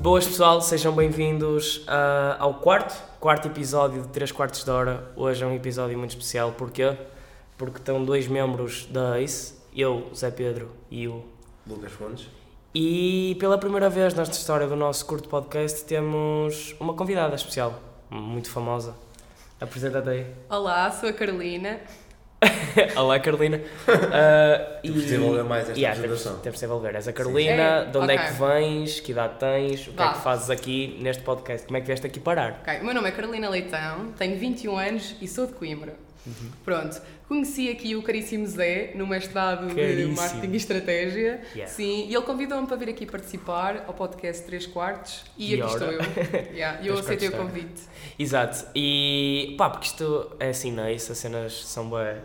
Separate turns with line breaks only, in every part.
Boas pessoal, sejam bem-vindos ah, ao quarto, quarto episódio de 3 quartos de hora. Hoje é um episódio muito especial, porquê? Porque estão dois membros da ACE, eu, Zé Pedro e o.
Lucas Fontes.
E pela primeira vez nesta história do nosso curto podcast temos uma convidada especial, muito famosa. Apresenta-te aí.
Olá, sou a Carolina.
Olá Carolina. Ah,
Temos de desenvolver mais esta
yeah, temos,
apresentação.
temos de desenvolver. És a Carolina,
Sim.
de onde é que
Ok.
vens, que idade tens, o que é
Vá.
que fazes aqui neste podcast, como é que vieste aqui parar?
Ok, o meu nome é Carolina Leitão, tenho 21 anos e sou de Coimbra.
Uhum.
Pronto, conheci aqui o caríssimo Zé no mestrado
Caríssimo.
de Marketing e Estratégia.
Yeah.
Sim, e ele convidou-me para vir aqui participar ao podcast 3 Quartos e,
E
aqui
ora.
estou eu. Yeah, eu
Três
aceitei o
quartos de
convite.
Exato, e pá, porque isto é assim, não é isso? As cenas são bem.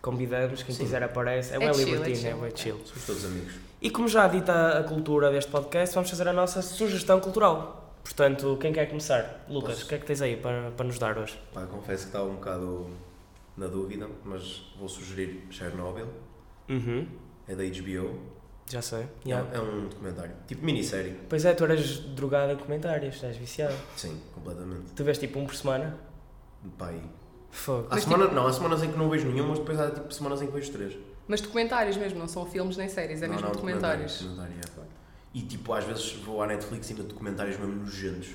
Convidamos, quem
Sim.
quiser aparece. É
É
bem
chill, é
libertino, é
chill.
bem chill.
Somos todos amigos.
E como já dita a cultura deste podcast, vamos fazer a nossa sugestão cultural. Portanto, quem quer começar? Lucas,
Posso?
o que é que tens aí para, para nos dar hoje?
Pá, confesso que estava um bocado na dúvida, mas vou sugerir Chernobyl.
Uhum,
É da HBO.
já sei.
É-
Yeah.
É um documentário. Tipo minissérie.
Pois é, tu eras drogado em comentários, estás viciado.
Sim, completamente.
Tu vês tipo um por semana?
Pá, e-
Fogo.
Há,
Mas, tipo-
semana, não, há semanas em que não vejo nenhum, mas depois há tipo semanas em que vejo três.
Mas documentários mesmo, não são filmes nem séries, é
não,
mesmo
não, documentário,
documentários.
documentário, é, pá. E tipo, às vezes vou à Netflix e meto documentários mesmo nojentos.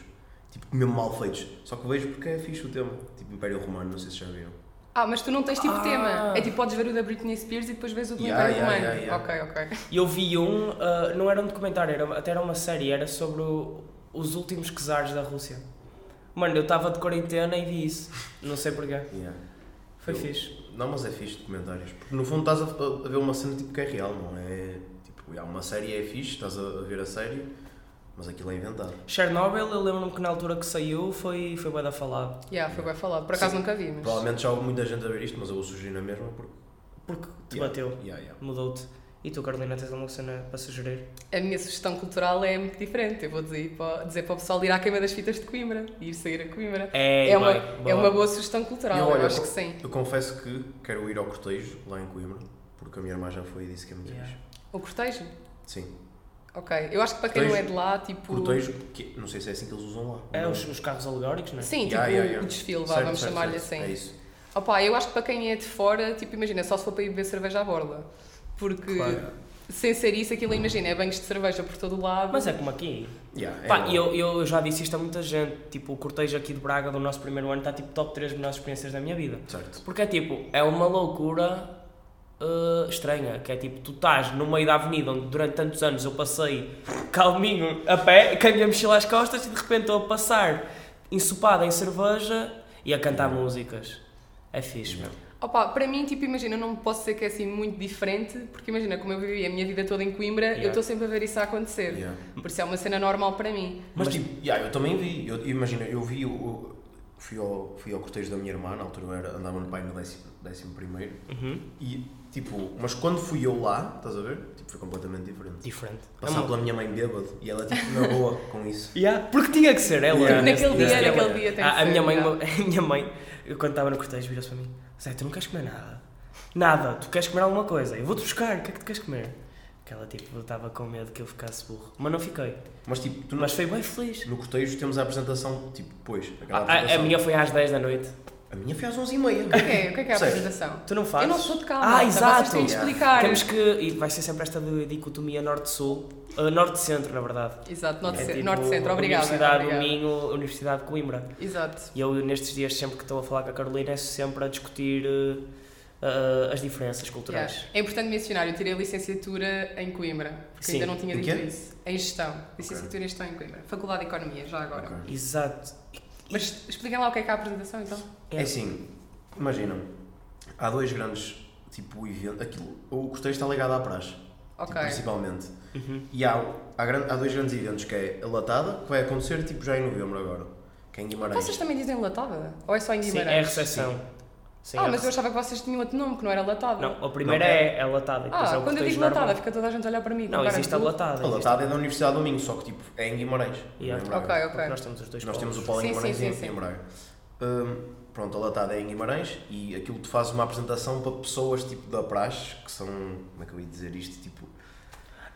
Tipo, mesmo mal feitos. Só que vejo porque é fixe o tema. Tipo, Império Romano, não sei se já viram.
Ah, mas tu não tens tipo
Ah.
tema. É tipo, podes ver o da Britney Spears e depois vês o
Yeah,
documentário
yeah,
romano.
yeah,
Ok, ok.
Eu vi um, ah, não era um documentário, era, até era uma série, era sobre o- os últimos czares da Rússia. Mano, eu estava de quarentena e vi isso. Não sei porquê.
Yeah.
Foi
Eu-
fixe.
Não, mas é fixe documentários. Porque no fundo estás a, a ver uma cena tipo que é real, não é? Tipo, há uma série é fixe, estás a, a ver a série, mas aquilo é inventado.
Chernobyl, eu lembro-me que na altura que saiu foi, foi bué da falado.
Yeah, foi bem falado. Por acaso
Sim.
nunca vi, mas.
Provavelmente já houve muita gente a ver isto, mas eu vou sugerir na mesma porque.
Porque te
Yeah,
bateu,
yeah, yeah.
mudou-te. E tu, Carolina, tens alguma cena para sugerir?
A minha sugestão cultural é muito diferente. Eu vou dizer para, dizer para o pessoal ir à queima das fitas de Coimbra e ir sair a Coimbra.
É,
É uma,
bem,
é uma boa sugestão cultural,
Eu,
eu,
olha,
acho
eu-
que sim.
Eu confesso que quero ir ao cortejo lá em Coimbra, porque a minha irmã já foi e disse que é muito
Yeah.
fixe.
O cortejo?
Sim,
Ok. Eu acho que para quem não é
Cortejo-
de lá, tipo.
cortejo, que não sei se é assim que eles usam lá.
É
Não.
os, os carros alegóricos, não é?
um Sim,
Yeah,
tipo
yeah, yeah.
o desfile, vá,
Certo,
vamos
certo,
chamar-lhe
certo.
assim.
É isso.
Opa, eu acho que para quem é de fora, tipo, imagina, só se for para ir beber cerveja à borda. Porque
Claro.
sem ser isso, aquilo, imagina, é banhos de cerveja por todo o lado.
Mas é como aqui.
Yeah, é
Pá,
igual.
e eu, eu já disse isto a muita gente. Tipo, o cortejo aqui de Braga do nosso primeiro ano está tipo top 3 melhores experiências da minha vida.
Certo.
Porque é tipo, é uma loucura uh, estranha, que é tipo, tu estás no meio da avenida onde durante tantos anos eu passei calminho a pé, com a minha mochila às costas e de repente estou a passar ensopada em cerveja e a cantar músicas. É fixe, meu.
Opa, para mim, tipo, imagina, eu não posso dizer que é assim muito diferente, porque imagina, como eu vivi a minha vida toda em Coimbra,
Yeah.
eu estou sempre a ver isso a acontecer.
Yeah.
Por isso é uma cena normal para mim.
Mas, tipo, yeah, eu também vi. Eu, imagina, eu vi o. o- Fui ao, fui ao cortejo da minha irmã, na altura eu era, andava no pai no décimo, décimo primeiro.
Uhum.
E, tipo, mas quando fui eu lá, estás a ver? Tipo, foi completamente diferente.
Diferente.
Passar pela minha mãe bêbada e ela, tipo, na boa com isso.
Yeah, porque tinha que ser, ela.
Yeah.
Naquele
nesse-
dia,
nesse
naquele
dia,
dia tem
Ah,
que
a,
ser,
minha mãe,
yeah.
a minha mãe, eu quando estava no cortejo, virou-se para mim: Zé, tu não queres comer nada? Nada, tu queres comer alguma coisa? Eu vou-te buscar, o que é que tu queres comer? Porque ela tipo, estava com medo que eu ficasse burro. Mas não fiquei.
Mas, tipo, tu,
Mas foi bem feliz. Ah,
no cortejo temos a apresentação, tipo, depois.
A,
aquela
a- a
apresentação.
minha foi às 10 da noite.
a minha foi às
O
11h30.
que é, o que é, que é a
Sei.
apresentação?
Tu não
Eu
fazes?
não sou de cá,
Ah,
malta,
exato.
Vocês têm de
Yeah.
explicar.
Temos que. E vai ser sempre esta di- dicotomia norte-sul. ah, norte-centro, na verdade.
Exato,
É
Norte,
tipo,
norte Centro, obrigada.
Universidade do
obrigada.
Minho, Universidade de Coimbra.
Exato.
E eu, nestes dias, sempre que estou a falar com a Carolina, é sempre a discutir eh, eh, as diferenças culturais.
Yeah. É importante mencionar, eu tirei a licenciatura em Coimbra, porque
Sim.
ainda não tinha
Em
dito
quê?
isso. Em gestão. Licenciatura em gestão em Coimbra. Faculdade de Economia, já agora.
Ok.
Exato.
Mas expliquem lá o que é que é a apresentação então.
É assim, imagina, há dois grandes, tipo, eventos. Aquilo, o cortejo está ligado à praxe,
Ok.
tipo, principalmente.
Uhum.
E há, há, gran- há dois grandes eventos, que é a latada, que vai acontecer tipo já em novembro agora, que é em Guimarães.
Vocês também dizem latada? Ou é só em
Sim, é a
Guimarães?
recepção. Sim, é
ah,
a
mas eu
rece-
achava que vocês tinham outro nome, que não era latada.
Não, a primeira
Não.
é, é latada. e depois
Ah,
é o
quando eu
cortejo
digo latada,
normal.
fica toda a gente a olhar para mim.
Não,
com cara
existe
de
a
burro.
latada.
A
existe
latada é da Universidade do Minho, só que tipo, é em Guimarães. não
Yeah.
é em Braga.
Ok,
Porque
ok.
nós temos os dois
Nós temos o
polos.
Paulo em
Sim,
Guimarães e
sim, sim,
em-
sim.
em Braga. Hum, pronto, a latada é em Guimarães e aquilo tu fazes uma apresentação para pessoas tipo da praxe, que são, como é que eu ia dizer isto, tipo...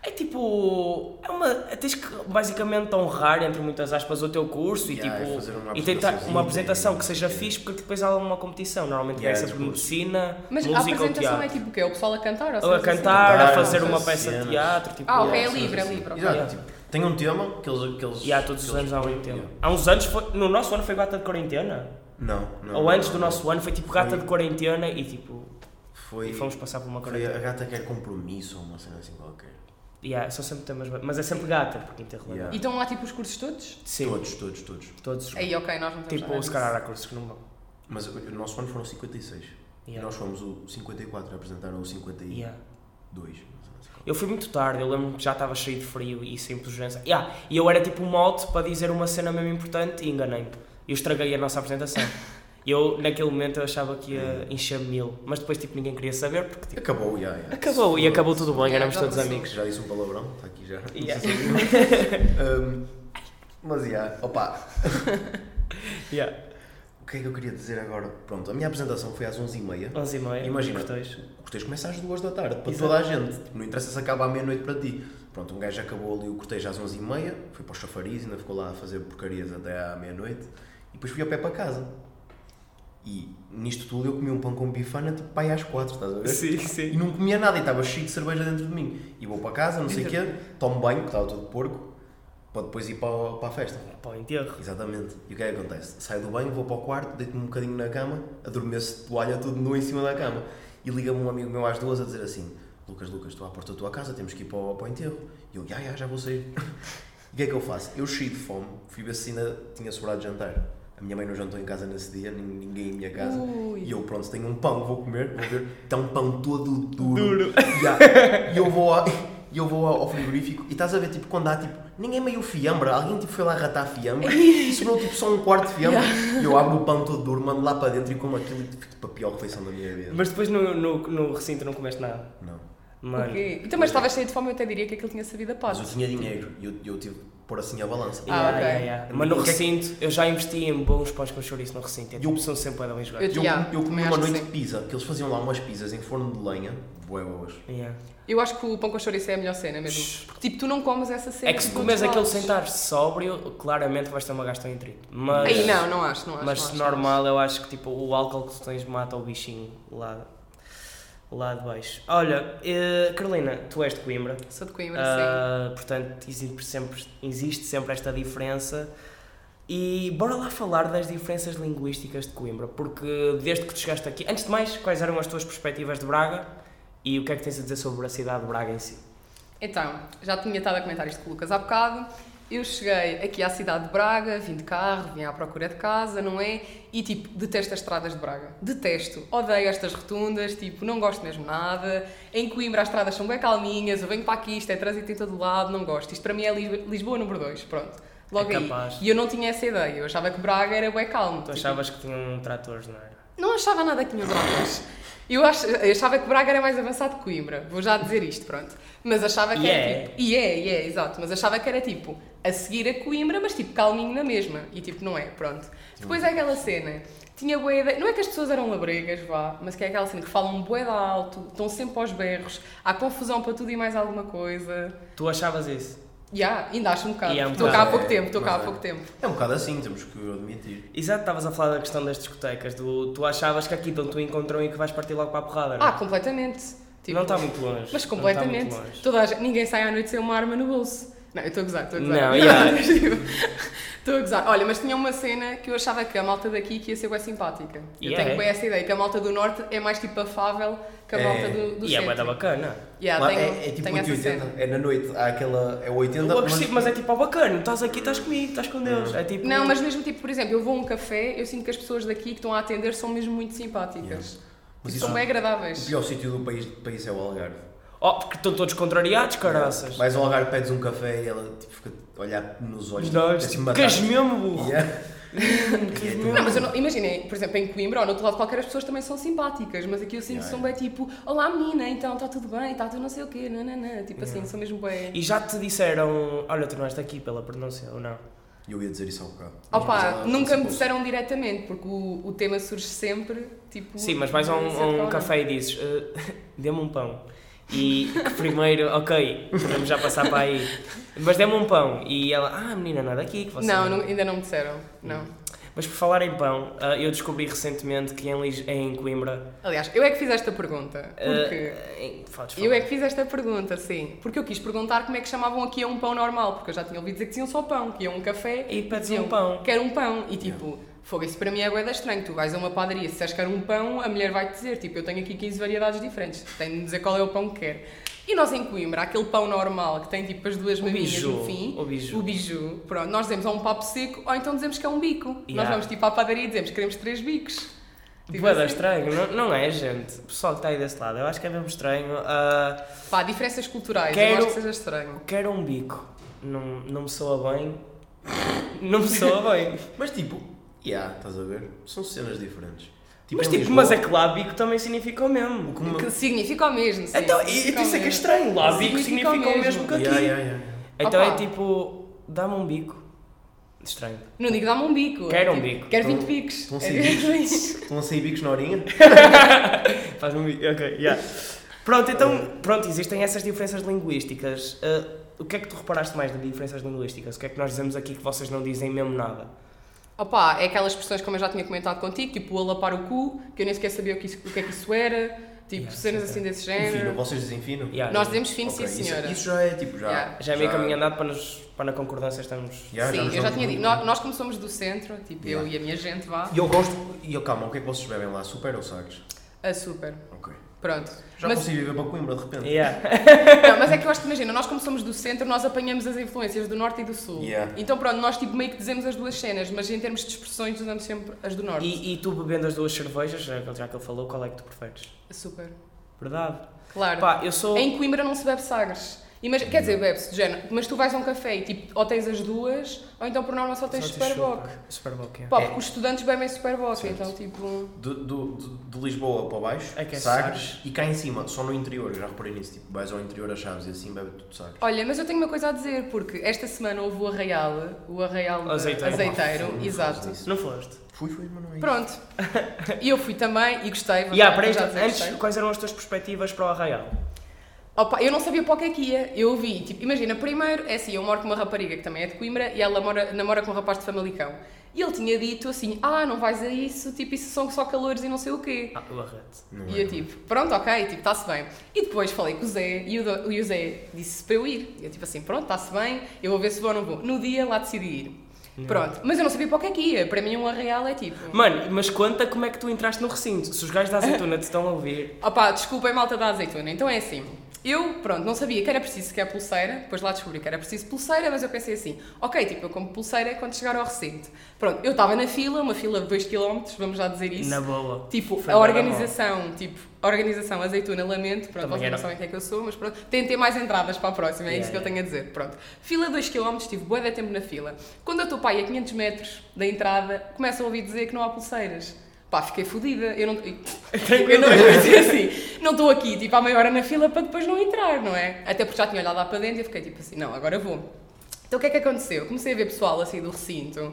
É tipo. É uma, tens que basicamente honrar, entre muitas aspas, o teu curso e,
Yeah, é
tipo,
fazer uma
e tentar uma
apresentaçãozinha.
apresentação que seja fixe, porque depois há uma competição. Normalmente
Yeah,
vai ser por
discurso.
medicina,
Mas a
música ou
apresentação é
teatro.
tipo o quê? O pessoal a cantar? Ou
Ou a
cenas assim?
cantar, a
Cantar,
fazer um-
fazer
uma peça de
cenas.
teatro. Tipo,
Ah, ok,
yeah.
é livre, é livre. ok.
Exato,
Yeah.
tipo, tem um tema que eles. Que eles
E há todos os
que eles-
anos há um tema.
Yeah.
Há uns anos, foi, no nosso ano foi gata de quarentena.
Não, não.
um. Ou antes do nosso ano foi tipo gata
Foi-
de quarentena e tipo.
Foi,
E fomos passar por uma
foi a
quarentena.
gata quer compromisso ou uma cena assim qualquer.
Yeah, são sempre temas. ba- Mas é sempre gata, porque interrelativo.
Yeah.
E estão lá tipo os cursos todos?
Sim, todos.
Todos, todos, todos.
todos os-
Aí, ok, nós não temos nada
tipo, se
disso.
calhar há cursos que não vão.
Mas o o nosso ano foram 56. E
Yeah.
nós fomos o 54, apresentaram o 52.
Yeah.
uma cena assim qualquer.
Eu fui muito tarde, eu lembro-me que já estava cheio de frio e sem pujança. Yeah, e eu era tipo um mote para dizer uma cena mesmo importante e enganei-me. Eu estraguei a nossa apresentação. Eu, naquele momento, eu achava que ia encher mil, mas depois tipo ninguém queria saber porque tipo,
Acabou, já, já.
acabou e acabou tudo bem,
Yeah,
éramos
já
todos
passou.
amigos.
Já disse um palavrão, está aqui já.
Yeah.
Não sei se ouviram. Um, mas já, opa,
Yeah.
o que é que eu queria dizer agora? Pronto, a minha apresentação foi às 11h30.
11 e meia.
Imagina.
corteios.
O cortejo começa às 2 da tarde, para
Exato.
toda a gente. Tipo, Não interessa se acaba à meia-noite para ti. Pronto, um gajo acabou ali o cortejo às 11h30, foi para o chafariz, ainda ficou lá a fazer porcarias até à meia-noite. E depois fui a pé para casa. E nisto tudo eu comi um pão com bifana, tipo, pai às 4, estás a ver?
Sim,
E
sim.
não comia nada e estava cheio de cerveja dentro de mim. E vou para casa, não sei o quê, tomo banho, que estava todo porco, para depois ir para, o- para a festa.
Pá, o enterro.
Exatamente. E o que é que acontece? Saio do banho, vou para o quarto, deito-me um bocadinho na cama, adormeço de toalha tudo nu em cima da cama. E liga-me um amigo meu às duas a dizer assim: Lucas, Lucas, estou à porta da tua casa, temos que ir para o, para o enterro. E eu, já, já, já vou sair. E o que é que eu faço? Eu cheio de fome, fui ver se ainda tinha sobrado jantar. A minha mãe não jantou em casa nesse dia, nin- ninguém em minha casa.
Ui.
E eu, pronto, tenho um pão, vou comer, vou ver. Está um pão todo duro. Yeah. E eu vou, a- e eu vou ao frigorífico e estás a ver, tipo, quando há, tipo, ninguém meio fiambre, alguém tipo, foi lá ratar fiambre e sobrou, tipo, só um quarto de fiambre. E eu abro o pão todo duro, mando lá para dentro e como aquilo e fico, tipo, a pior refeição da minha vida.
Mas depois no, no, no recinto não comeste nada.
Não.
Mano. tipo-
Ok. Então, mas estavas cheio de fome, eu até diria que aquilo tinha sabido a
Mas
pote.
eu tinha dinheiro e eu, eu tive de pôr assim a balança.
Ah,
Yeah,
ok.
yeah, yeah. Mas no
O que é que-
recinto, eu já investi em bons pães com chouriço no recinto. É tipo, são sempre bué de bem
Eu-
jogados.
Eu,
Yeah,
eu comi
também
uma
acho que
noite
sim.
de pizza, que eles faziam lá umas pizzas em forno de lenha, bué boas.
Yeah.
Eu acho que o pão com chouriço é a melhor cena mesmo. Porque, tipo, tu não comes essa cena.
É que se
com
comes
outros
aquele
lados.
sentar sóbrio, claramente vais ter uma gastroenterite. Mas,
Aí não, não acho, não acho.
mas
não acho,
normal, eu acho que tipo, o álcool que tu tens mata o bichinho lá, lá de baixo. Olha, eh, Carolina, tu és de Coimbra.
não acho. Sou de Coimbra, sim.
Ah, portanto, existe sempre, existe sempre esta diferença. E bora lá falar das diferenças linguísticas de Coimbra, porque desde que tu chegaste aqui, antes de mais, quais eram as tuas perspectivas de Braga e o que é que tens a dizer sobre a cidade de Braga em si?
Então, já tinha estado a comentar isto com o Lucas há bocado. Eu cheguei aqui à cidade de Braga, vim de carro, vim à procura de casa, não é? E tipo, detesto as estradas de Braga. Detesto. Odeio estas rotundas, tipo, não gosto mesmo nada. Em Coimbra as estradas são bem calminhas, eu venho para aqui, isto é trânsito em todo lado, não gosto. Isto para mim é Lis- Lisboa número 2, pronto. Logo
É
aí.
capaz.
E eu não tinha essa ideia, eu achava que Braga era bem calmo.
Tu
tipo,
achavas que tinham tratores, não era?
não achava nada que tinha Bragas. Eu, ach- eu achava que Braga era mais avançado que Coimbra, vou já dizer isto, pronto. Mas achava que
E é.
era tipo. E é, e é, exato. Mas achava que era tipo a seguir a Coimbra, mas tipo calminho na mesma. E tipo, não é, pronto. Depois é aquela cena. Tinha boa ideia. Não é que as pessoas eram labregas, vá, mas que é aquela cena que falam bué de alto, estão sempre aos berros, há confusão para tudo e mais alguma coisa.
Tu achavas isso?
E há, ainda acho um bocado.
E há um
Estou cá há
bocado,
pouco
é,
tempo, estou cá há
mas é.
pouco tempo.
É um bocado assim, temos que admitir.
Exato, estavas a falar da questão das discotecas, do, tu achavas que aqui estão tu encontrão e que vais partir logo para a porrada, não? é?
Ah, completamente. Tipo,
não tá está muito longe.
Mas
não está muito
completamente.
longe.
Toda a gente- ninguém sai à noite sem uma arma no bolso. Não, eu estou a gozar, estou a gozar.
Não, yeah.
mas tipo, Estou a gozar. Olha, mas tinha uma cena que eu achava que a malta daqui que ia ser bem simpática. Eu
Yeah.
tenho bem essa ideia, que a malta do norte é mais tipo afável que a
É.
malta do, do
E é bué da
centro.
bacana.
Yeah,
Lá
tenho,
é, é tipo
tenho essa
80,
cena.
é na noite, há aquela. É 80,
O agressivo, mas é tipo, ó bacana, estás aqui, estás comigo, estás com Deus. É tipo...
Não, mas mesmo tipo, por exemplo, eu vou a um café, eu sinto que as pessoas daqui que estão a atender são mesmo muito simpáticas.
Yeah. Mas
E
isso-
são bem
O
agradáveis.
pior sítio do país, do país é o Algarve.
Oh, porque estão todos contrariados, caraças.
Vais ao Algarve, pedes um café e ela tipo, fica a olhar nos olhos.
Os dois,
quer-se
tipo,
matar.
queres mesmo, burro?
Yeah. E é tipo,
Não, mas eu não, imaginem, por exemplo, em Coimbra ou no outro lado qualquer, as pessoas também são simpáticas, mas aqui eu sinto que são bem tipo, olá menina, então está tudo bem, está tudo não sei o quê, nananã, tipo assim, são mesmo bem.
E já te disseram, olha, tu não és daqui pela pronúncia, ou não?
Eu ia dizer isso há bocado.
Opa,
Mas ela
nunca me
antecipou-se.
disseram diretamente, porque o, o tema surge sempre, tipo...
Sim, mas vais a um,
cerca
a
ou
um
não.
café e dizes, eh, dê-me um pão. E que primeiro, ok, vamos já passar para aí. Mas dê-me um pão. E ela, ah, menina, nada aqui que você. é." Hum.
Não, não- ainda não me disseram. Não.
Mas por falar em pão, ah, eu descobri recentemente que em, Lis- em Coimbra.
Aliás, eu é que fiz esta pergunta. Porque.
ah, em- Fodes,
Eu é que fiz esta pergunta, sim. Porque eu quis perguntar como é que chamavam aqui a um pão normal, porque eu já tinha ouvido dizer que tinham só pão, que iam um café
E pedes
diziam,
um pão.
Quero um pão. E tipo, fogo, isso para mim é boeda estranho. Tu vais a uma padaria, se disseres quero um pão, a mulher vai-te dizer, tipo, eu tenho aqui 15 variedades diferentes, tem de me dizer qual é o pão que quer. E nós em Coimbra, aquele pão normal que tem tipo as duas
O
maminhas
biju,
no fim,
o biju.
biju, pronto, nós dizemos a um papo seco ou então dizemos que é um bico. Nós
Yeah.
vamos tipo à padaria e dizemos queremos três bicos. Tipo
Bué da
assim.
estranho, não, não é, gente? O pessoal que está aí desse lado, eu acho que é mesmo estranho. Ah,
Pá, diferenças culturais, eu
Quero-
acho que seja estranho.
quero um bico. Não, não me soa bem. Não me soa bem.
Mas tipo, yeah, estás a ver? São cenas diferentes.
mas
em
tipo,
Lisboa-
mas é que lá bico também significa o mesmo.
Como-
Que significa o mesmo, sim.
Então, e-
significa
então isso é que
o
é
mesmo.
estranho, lá bico
Significa
significa
o
o
mesmo.
mesmo que aqui.
Yeah, yeah, yeah, yeah.
Então
Opa.
é tipo, dá-me um bico. Estranho.
Não digo dá-me um bico.
Quero um
Tipo,
bico.
Quero
Então-
20 bicos.
então
É
sim,
isso.
Estão a sair bicos na horinha?
Faz-me um bico, ok, yeah. Pronto, então, pronto, existem essas diferenças linguísticas. Ah, o que é que tu reparaste mais de diferenças linguísticas? O que é que nós dizemos aqui que vocês não dizem mesmo nada?
Opa, é aquelas expressões como eu já tinha comentado contigo, tipo o alapar o cu, que eu nem sequer sabia o que, isso- o que é que isso era, tipo
Yeah,
cenas
sim,
assim desse
Enfino,
género.
vocês dizem fino?
Yeah,
Nós
yeah.
dizemos fim,
Ok,
sim senhora.
Isso, isso já é tipo, já.
Yeah.
Já é meio caminho andado para, nos, para na concordância estamos.
Yeah,
sim,
nos
eu já
damos
tinha
muito
dito.
bem.
Nós, nós como somos do centro, tipo eu
Yeah.
e a minha gente, vá,
E eu gosto. E eu, calma, o que é que vocês bebem lá? Super ou sacos?
a super.
Ok.
Pronto.
Já
mas,
consigo viver para Coimbra de repente.
Yeah.
não, mas é que eu acho que imagina, nós como somos do centro, nós apanhamos as influências do norte e do sul.
Yeah.
Então pronto, nós tipo meio que dizemos as duas cenas, mas em termos de expressões usamos sempre as do norte.
E, e tu bebendo as duas cervejas, já, já que ele falou, qual é que tu preferes?
A super.
Verdade.
Claro.
Pá, eu sou.
É. Em Coimbra não se bebe sagres. Imagina, quer dizer, bebe-se, de género, mas tu vais a um café e tipo, ou tens as duas, ou então por norma só tens
Só te
Superboc.
chupa. Superboc, é.
Pá, porque os estudantes bebem Superboc,
Certo.
então tipo.
Do, do- do- de Lisboa para baixo,
É que é
Sagres, e cá em cima, só no interior, eu já reparei nisso, tipo, vais ao interior a Chaves e assim bebe tudo Sagres.
Olha, mas eu tenho uma coisa a dizer, porque esta semana houve o Arraial, o Arraial de-
Azeiteiro.
azeiteiro,
Não
exato.
fazes isso.
Não foste.
Fui, fui, mas não é isso.
Pronto. E eu fui também e gostei. vou
E yeah,
já-
para
vou
isto,
já dizer que
antes,
gostei.
quais eram as tuas perspectivas para o Arraial?
Opa, eu não sabia para o que é que ia. Eu vi, tipo, imagina, primeiro, é assim, eu moro com uma rapariga que também é de Coimbra e ela mora- namora com um rapaz de Famalicão. E ele tinha dito assim: ah, não vais a isso, tipo, isso são só calores e não sei o quê.
Ah, o Arrete.
Não é.
E eu tipo, pronto, ok, tipo, está-se bem. E depois falei com o Zé e o, do- e o Zé disse para eu ir. E eu tipo assim, pronto, está-se bem, eu vou ver se vou ou não vou. No dia lá decidi ir. Pronto, mas eu não sabia para o que é que ia. Para mim um arreal é tipo...
Mano, mas conta como é que tu entraste no recinto. Se os gajos da azeitona te estão a ouvir.
Opa, desculpem malta da azeitona. Então é assim, eu, pronto, não sabia que era preciso sequer pulseira, depois lá descobri que era preciso pulseira, mas eu pensei assim, ok, tipo, eu como pulseira quando chegar ao recinto. Pronto, eu estava na fila, uma fila de 2km, vamos já dizer isso.
Na boa.
Tipo,
Foi
a
bué da
organização, tipo, a organização Azeitona Lamento, pronto,
Também
vocês não
era.
sabem quem é que eu sou, mas pronto, tentem mais entradas para a próxima, é
Yeah,
isso que eu
yeah.
tenho a dizer, pronto. Fila 2km, estive bué de tempo na fila. Quando eu estou para aí a 500 metros da entrada, começo a ouvir dizer que não há pulseiras. Pá, fiquei fodida, eu não... Eu não eu disse assim, não estou aqui, tipo, há meia hora na fila para depois não entrar, não é? Até porque já tinha olhado lá para dentro e eu fiquei tipo assim, não, agora vou. Então o que é que aconteceu? Comecei a ver pessoal assim do recinto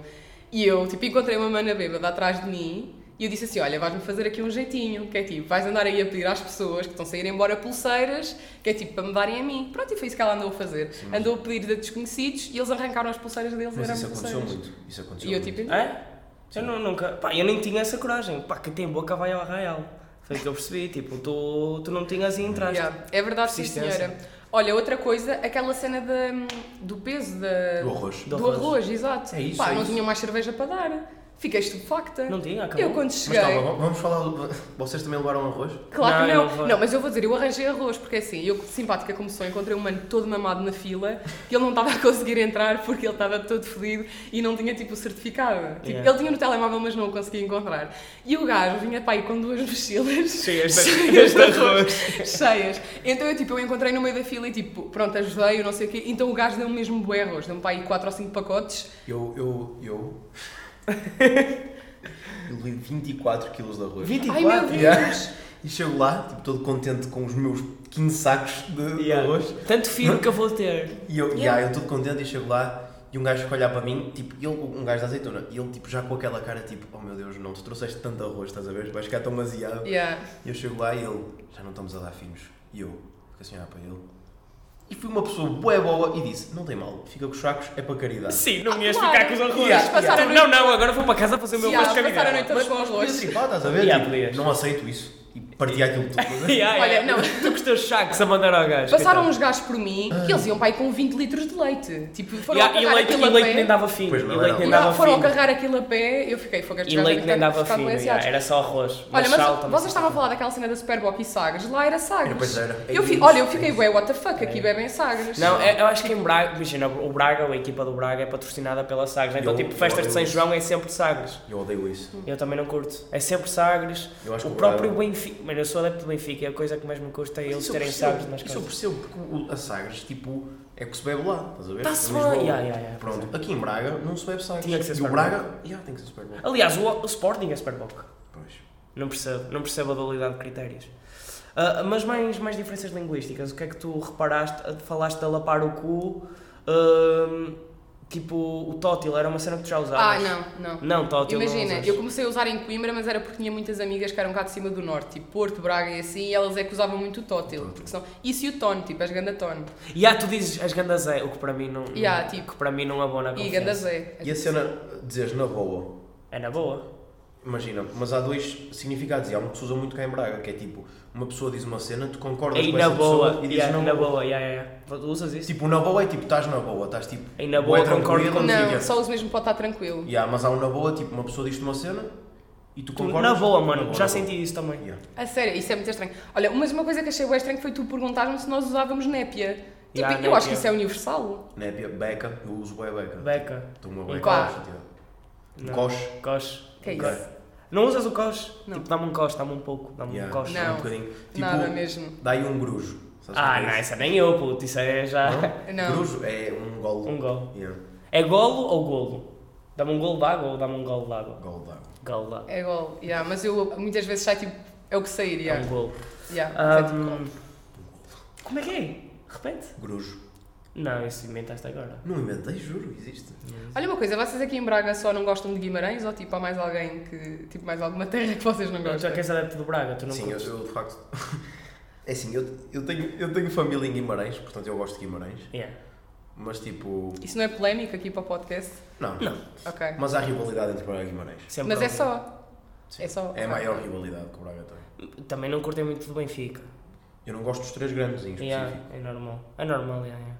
e eu, tipo, encontrei uma mana bêbada atrás de mim e eu disse assim, olha, vais-me fazer aqui um jeitinho, que é tipo, vais andar aí a pedir às pessoas que estão a sair embora pulseiras, que é tipo, para me darem a mim. Pronto, e foi isso que ela andou a fazer. Andou a pedir a desconhecidos e eles arrancaram as pulseiras deles
Mas
eram
isso aconteceu
pulseiras.
muito. Isso aconteceu
E eu
muito.
tipo,
É? Eu nu- nunca. Pá, eu nem tinha essa coragem. Pá, quem tem boca vai ao Arraial. Foi o que eu percebi. Tipo, tu, tu não tinhas e entraste.
Yeah, É verdade, sim,
Persistência.
senhora. Olha, outra coisa, aquela cena da- do peso da-
Do arroz.
do
Do
arroz,
arroz.
exato.
É isso,
Pá,
é
não
isso.
tinham mais cerveja para dar. Fiquei estupefacta.
Não tinha, acabou.
eu quando
Mas
cheguei.
calma, va- vamos falar. do- Vocês também levaram arroz?
Claro que
Não, eu
não.
não
Não,
vou.
mas eu vou dizer, eu arranjei arroz, porque assim, eu simpática como sou, encontrei um mano todo mamado na fila e ele não estava a conseguir entrar porque ele estava todo fodido e não tinha tipo o certificado. Tipo,
Yeah.
Ele tinha no telemóvel, mas não o conseguia encontrar. E o gajo vinha para aí com duas mochilas
Cheias de-
cheias de arroz. cheias. Então eu tipo, eu encontrei no meio da fila e tipo, pronto, ajudei-o, não sei o quê. Então o gajo deu-me mesmo bué arroz, deu-me para aí 4 ou 5 pacotes.
Eu. Eu. Eu. eu li 24 quilos de arroz.
24.
Ai meu Deus!
Yeah. E chego lá, tipo, todo contente com os meus 15 sacos de, de
Yeah.
arroz.
Tanto filho que eu vou ter.
E eu, e
Yeah.
aí eu todo contente e chego lá e um gajo que olhar para mim, tipo, ele, um gajo da azeitona, e ele tipo já com aquela cara tipo, oh meu Deus, não, tu trouxeste tanto arroz, estás a ver? Vais ficar tão baseado.
Yeah.
E eu chego lá e ele, já não estamos a dar finos. E eu, o que assim olhar para ele. E fui uma pessoa bué boa e disse: Não tem mal, fica com os sacos, é para caridade.
Sim, não
Ah,
ias
claro.
ficar com os arroz.
Yeah,
passar a
Tu,
noite-
Não, não, agora vou para casa fazer o meu
Yeah,
gosto de
passar a
caminhar.
noite todos com os
Mas
loucos.
assim, pá, estás a ver?
Yeah,
Tipo,
podias.
não aceito isso. E partia aquilo tudo.
Yeah,
Olha,
yeah.
não.
Tu com os teus sacos a mandar ao gajo.
Passaram
coitado.
uns gajos por mim que eles iam para aí com 20 litros de leite. Tipo, foram
Yeah,
a
E
carregar
leite, e
aquilo a
leite
pé.
nem dava fim.
Pois não
E leite
era
nem
Não,
dava
foram a
fim.
carregar aquilo a pé, eu fiquei, foi que estes
E
gajos
leite nem
devem ter
dava
ficado
fim.
doenciados.
yeah, Era só arroz.
Olha, mas
sal também.
vocês estavam a falar daquela cena da Super Bock e Sagres. Lá era Sagres.
Era, pois era.
Eu fi-
É isso,
olha, eu
é
fiquei,
isso.
ué, what the fuck, aqui bebem Sagres.
Não, é- eu acho que em Braga, imagina, o Braga, a equipa do Braga é patrocinada pela Sagres. Então,
Eu-
tipo, festas de São
eu-
João é sempre Sagres.
Eu odeio isso.
Eu também não curto. É sempre Sagres.
Eu acho
O
que
próprio Benfica. Mano, eu sou adepto do Benfica. A coisa que mais me custa é eles
Isso eu
terem
percebo,
Sagres nas
Isso eu
coisas.
percebo, porque o- a Sagres, tipo, é que se bebe lá, estás a ver?
Tá-se
Em
bem,
Lisboa.
Tá yeah, yeah, yeah, pois
Pronto, aqui em Braga não se bebe Sagres.
Tinha que ser
e o
Super
Braga, yeah, tem que ser Super Bowl.
Aliás, o, o Sporting é Superbock.
Pois.
Não percebo. Não percebo a dualidade de critérios. Ah, mas mais, mais diferenças linguísticas. O que é que tu reparaste? Ah, Falaste de lapar o cu. ahm, tipo, o tótil era uma cena que tu já
Ah,
usavas.
não, não.
Não, tótil não
Imagina,
usas.
eu comecei a usar em Coimbra, mas era porque tinha muitas amigas que eram cá de cima do norte, tipo Porto, Braga e assim, e elas é que usavam muito o tótil. Porque são... Isso e o tono, tipo, és ganda tono.
E há, tu dizes as gandas é, o que para mim não,
E há,
não-
tipo,
que para mim não abona a
E
confiança.
ganda Zé.
E a cena, dizes na boa,
É na boa.
imagina, mas há dois significados e há um que se usa muito cá em Braga, que é tipo, uma pessoa diz uma cena, tu concordas
Aí
com
É na
essa
boa,
pessoa e dizes
yeah,
não.
na boa, yeah, yeah. yeah. Tu Usas isso?
Tipo, na boa é tipo, estás na boa, estás tipo.
Aí na
bué
boa concordo
tranquilo,
com-
não sei o
Não,
quê.
só uso mesmo para estar tranquilo.
Yeah, mas há um na boa, tipo, uma pessoa diz uma cena e
Tu-
tu Tipo, concordas.
na boa,
Na
mano,
boa,
já
na
senti isso também.
boa. Yeah.
A sério, isso é muito estranho. Olha, mas uma coisa que achei bem estranho foi tu perguntares-me se nós usávamos népia. Tipo,
Yeah,
eu
népia.
acho que isso é universal.
Népia, Né, beca, eu uso bué beca.
Beca.
Estou uma
Um
beca.
coche.
acho, tipo.
Não.
Coche.
Coche.
Que é
Ok.
isso?
Não usas o coche?
Não.
Tipo, dá-me um coche, dá-me um pouco, dá-me
Yeah,
um coche.
Não.
Um bocadinho. Tipo,
Nada mesmo.
Dá-lhe um grujo. Sabes o
Ah,
que
não,
é isso?
isso é nem eu, puto, isso é já...
Não.
Grujo é um golo.
Um golo.
Yeah.
É golo ou golo? Dá-me um golo de água ou dá-me um golo de água?
Golo d'água.
Golo de água.
É igual, yeah, mas eu muitas vezes sai tipo, é o que sair,
É
yeah.
um golo.
Yeah, é tipo,
Ahm, como é que é? De repente?
Grujo.
Não, isso inventaste agora.
Não inventei, juro, existe.
Olha uma coisa, vocês aqui em Braga só não gostam de Guimarães ou tipo há mais alguém que. tipo mais alguma terra que vocês não
Não, já
gostam?
é que és adepto do Braga, tu não
Sim, eu,
curtes.
eu de facto. É assim, eu, eu, tenho, eu tenho família em Guimarães, portanto eu gosto de Guimarães,
Yeah.
mas tipo.
Isso não é polémico aqui para o podcast?
Não.
Não.
Ok.
Mas há rivalidade entre Braga e Guimarães.
Sempre
mas é
houve.
só. É só.
É a
ok.
maior rivalidade que o Braga tem.
Também não curtem muito do Benfica.
Eu não gosto dos três grandes em específico.
Yeah, é normal. É normal, yeah, yeah.